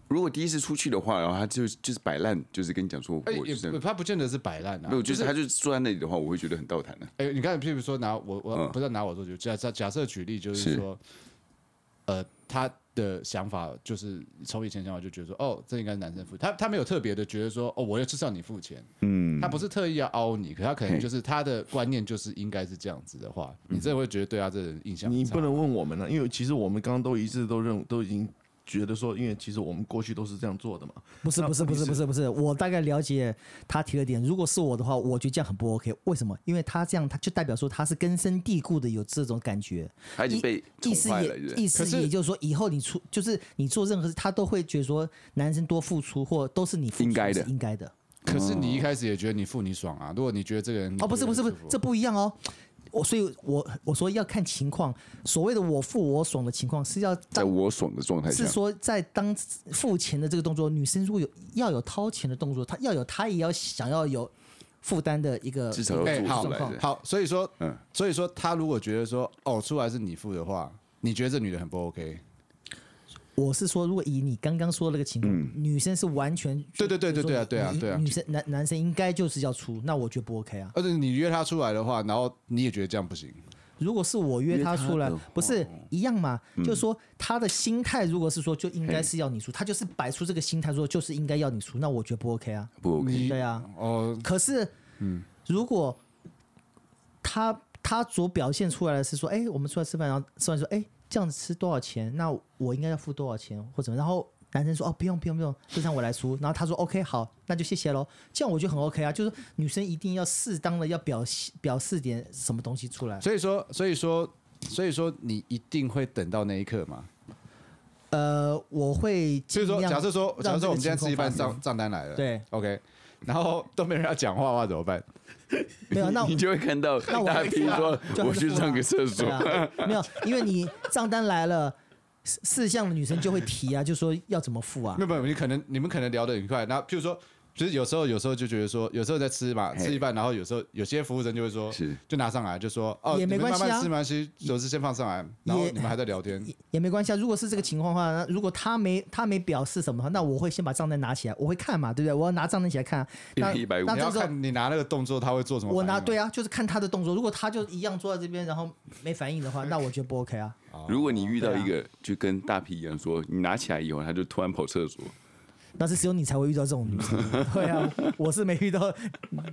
Speaker 2: 如果第一次出去的话，然后他就就是摆烂，就是跟你讲说，
Speaker 3: 哎，
Speaker 2: 我
Speaker 3: 也
Speaker 2: 就是
Speaker 3: 不她不见得是摆烂啊
Speaker 2: 没有，，就是他就坐在那里的话，我会觉得很倒谈的、
Speaker 3: 哎，你看，譬如说拿我我
Speaker 2: 嗯
Speaker 3: 不是拿我做举例，假设假设举例就是
Speaker 2: 是
Speaker 3: 说，呃，她的想法就是从以前想法就觉得说，哦，这应该是男生付，他他没有特别的觉得说，哦，我要就是要你付钱，嗯，他不是特意要凹你，可他可能就是他的观念就是应该是这样子的话，
Speaker 2: 嗯
Speaker 3: 你真的会觉得对他这人印象很
Speaker 1: 你
Speaker 3: 差
Speaker 1: 不能问我们啊了，因为其实我们刚刚都一致都认都已经觉得说，因为其实我们过去都是这样做的嘛。
Speaker 4: 不是
Speaker 1: 那
Speaker 4: 不是不
Speaker 1: 问题
Speaker 4: 是不是不是，我大概了解他提了点。如果是我的话，我觉得这样很不 OK。为什么？因为他这样，他就代表说他是根深蒂固的有这种感觉。
Speaker 2: 他已经
Speaker 4: 意
Speaker 2: 被宠
Speaker 4: 意思
Speaker 2: 坏了，
Speaker 4: 也
Speaker 2: 对不对
Speaker 4: 意
Speaker 3: 可
Speaker 4: 思
Speaker 3: 是
Speaker 4: 也就是说，以后你出就是你做任何事，他都会觉得说男生多付出或都是你付出
Speaker 2: 应该的
Speaker 4: 是应该的。
Speaker 3: 可是
Speaker 2: 哦
Speaker 3: 你一开始也觉得你付你爽啊，如果你觉得这个人
Speaker 4: 哦，不是不是不是
Speaker 3: 你觉得，很
Speaker 4: 这
Speaker 3: 舒服
Speaker 4: 不一样哦。我所以我，我说要看情况。所谓的我付我爽的情况是要
Speaker 2: 在
Speaker 4: 当
Speaker 2: 我爽的状态下
Speaker 4: 是，说在当付钱的这个动作，女生如果有要有掏钱的动作，她要有她也要想要有负担的一个
Speaker 2: 至少要
Speaker 3: 哎
Speaker 2: 做
Speaker 3: 好
Speaker 2: 出来
Speaker 4: 状
Speaker 2: 的。
Speaker 3: 好，所以说
Speaker 2: 嗯，
Speaker 3: 所以说他如果觉得说，哦，出来是你付的话，你觉得这女的很不 OK，
Speaker 4: 我是说，如果以你刚刚说的那个情况，女生是完全
Speaker 3: 嗯对对对对对啊
Speaker 4: 就是说你
Speaker 3: 对啊对啊
Speaker 4: 女女生男男生应该就是要出，那我觉得不 OK 啊。
Speaker 3: 而且你约她出来的话，然后你也觉得这样不行，
Speaker 4: 如果是我约他出来
Speaker 2: 约他的话，
Speaker 4: 不是一样嘛？
Speaker 3: 嗯
Speaker 4: 就是说他的心态，如果是说就应该是要你出，他就是摆出这个心态说就是应该要你出，那我觉得不 OK 啊。
Speaker 2: 不 OK，
Speaker 4: 对啊，
Speaker 3: 哦，
Speaker 4: 可是，如果他他所表现出来的是说，哎、我们出来吃饭，然后吃完说，哎、这样子吃多少钱？那我应该要付多少钱或怎么？然后男生说，哦，不用不用不用，就让我来出。然后他说，OK，好，那就谢谢喽。这样我觉得很 OK 啊，就是女生一定要适当的要表现表示点什么东西出来。
Speaker 3: 所以说，所以说，所以说，你一定会等到那一刻嘛。
Speaker 4: 呃，我会
Speaker 3: 所
Speaker 4: 尽
Speaker 3: 以说，
Speaker 4: 量
Speaker 3: 假设说，假设说我们今天吃一半
Speaker 4: 让这个情况
Speaker 3: 账账单来了，
Speaker 4: 对
Speaker 3: ，OK，然后都没人要讲话的话怎么办？
Speaker 4: 没有，那
Speaker 2: 你就会看到
Speaker 4: 那我
Speaker 2: 大
Speaker 4: 还
Speaker 2: 家，比如
Speaker 4: 是
Speaker 2: 说
Speaker 4: 就还
Speaker 2: 我
Speaker 4: 是
Speaker 2: 去
Speaker 4: 付
Speaker 2: 上
Speaker 4: 啊
Speaker 2: 个厕所
Speaker 4: 对，啊，没有，因为你账单来了，四四项的女生就会提啊，就说要怎么付啊
Speaker 3: 没。有没有，你可能你们可能聊得很快，那譬如说。就是有时候，有时候就觉得说，有时候在吃嘛，
Speaker 2: 嘿
Speaker 3: 吃一半，然后有时候有些服务生就会说
Speaker 2: 是，
Speaker 3: 就拿上来就说，哦，
Speaker 4: 也没
Speaker 3: 你们
Speaker 4: 关系啊
Speaker 3: 慢慢吃，没关系，有事先放上来，然后
Speaker 4: 也
Speaker 3: 你们还在聊天，
Speaker 4: 也也没关系啊，如果是这个情况的话，那如果他没他没表示什么的话，那我会先把账单拿起来，我会看嘛，对不对？我要拿账单起来看啊。那
Speaker 2: 一百五
Speaker 4: 那
Speaker 3: 你
Speaker 4: 这
Speaker 3: 要
Speaker 4: 个时候
Speaker 3: 看你拿那个动作他会做什么反应
Speaker 4: 我
Speaker 3: 嘛。
Speaker 4: 拿对啊，就是看他的动作。如果他就一样坐在这边，然后没反应的话，那我觉得不 OK 啊。
Speaker 2: 如果你遇到
Speaker 4: 对啊
Speaker 2: 一个就跟大皮一样说，你拿起来以后，他就突然跑厕所，
Speaker 4: 那是只有你才会遇到这种女生，对 啊，我是没遇到，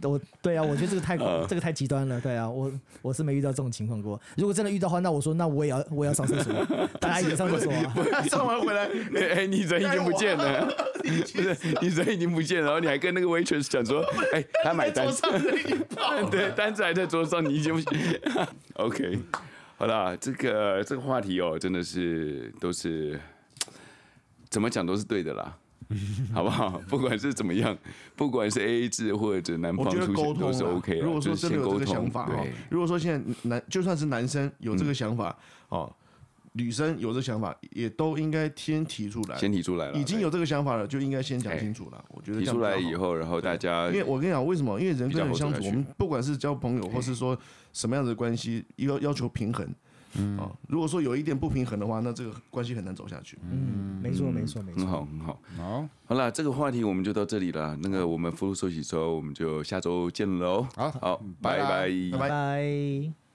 Speaker 4: 我对啊，我觉得这个太、这个太极端了，对啊，我我是没遇到这种情况
Speaker 3: 啊
Speaker 4: 过。如果真的遇到的话，那我说那我也要我也要 上厕所，大家一起上厕所啊。
Speaker 1: 上完回 来，
Speaker 2: 哎、你人已经不见了， 不是你人已经不见了，然后你还跟那个 waitress 讲 说，哎、他买单
Speaker 1: 桌，上人已经跑了
Speaker 2: 对，单子还在桌上，你已经 不 OK。好啦，这个这个话题哦，真的是都是怎么讲都是对 的啦，好不好？不管是怎么样，不管是 AA 制或者男方
Speaker 1: 我觉得
Speaker 2: 出
Speaker 1: 沟
Speaker 2: 钱
Speaker 1: 通
Speaker 2: 都
Speaker 1: 啦
Speaker 2: 是 OK 的，
Speaker 1: 如果说
Speaker 2: 就是
Speaker 1: 真的
Speaker 2: 先
Speaker 1: 有
Speaker 2: 沟
Speaker 1: 这个
Speaker 2: 通
Speaker 1: 想法哈哦
Speaker 2: 对，嗯
Speaker 1: 如果说现在男就算是男生有这个想法哦，女生有这个想法也都应该先提出来。
Speaker 2: 先提出来了，
Speaker 1: 已经
Speaker 2: 对哎
Speaker 1: 有这个想法了，就应该先讲清楚了。我觉得
Speaker 2: 提
Speaker 1: 这样
Speaker 2: 出
Speaker 1: 比较
Speaker 2: 来
Speaker 1: 好
Speaker 2: 以，后，然后大家
Speaker 1: 因为我跟你讲，为什么？因为人
Speaker 2: 啊比
Speaker 1: 跟
Speaker 2: 较
Speaker 1: 人
Speaker 2: 好走
Speaker 1: 相
Speaker 2: 下
Speaker 1: 处，我
Speaker 2: 去嗯
Speaker 1: 们不管是交朋友，或是说什么样子的关系，要要求平衡。嗯、哦，如果说有一点不平衡的话，那这个关系很难走下去。
Speaker 4: 嗯，没错没错没
Speaker 2: 很
Speaker 4: 错。
Speaker 2: 好很好。
Speaker 3: 好，
Speaker 2: 好了，这个话题我们就到这里了。那个我们福禄寿喜周，我们就下周见喽。
Speaker 3: 好
Speaker 2: 好，
Speaker 3: 拜
Speaker 2: 拜拜
Speaker 3: 拜
Speaker 4: 拜拜。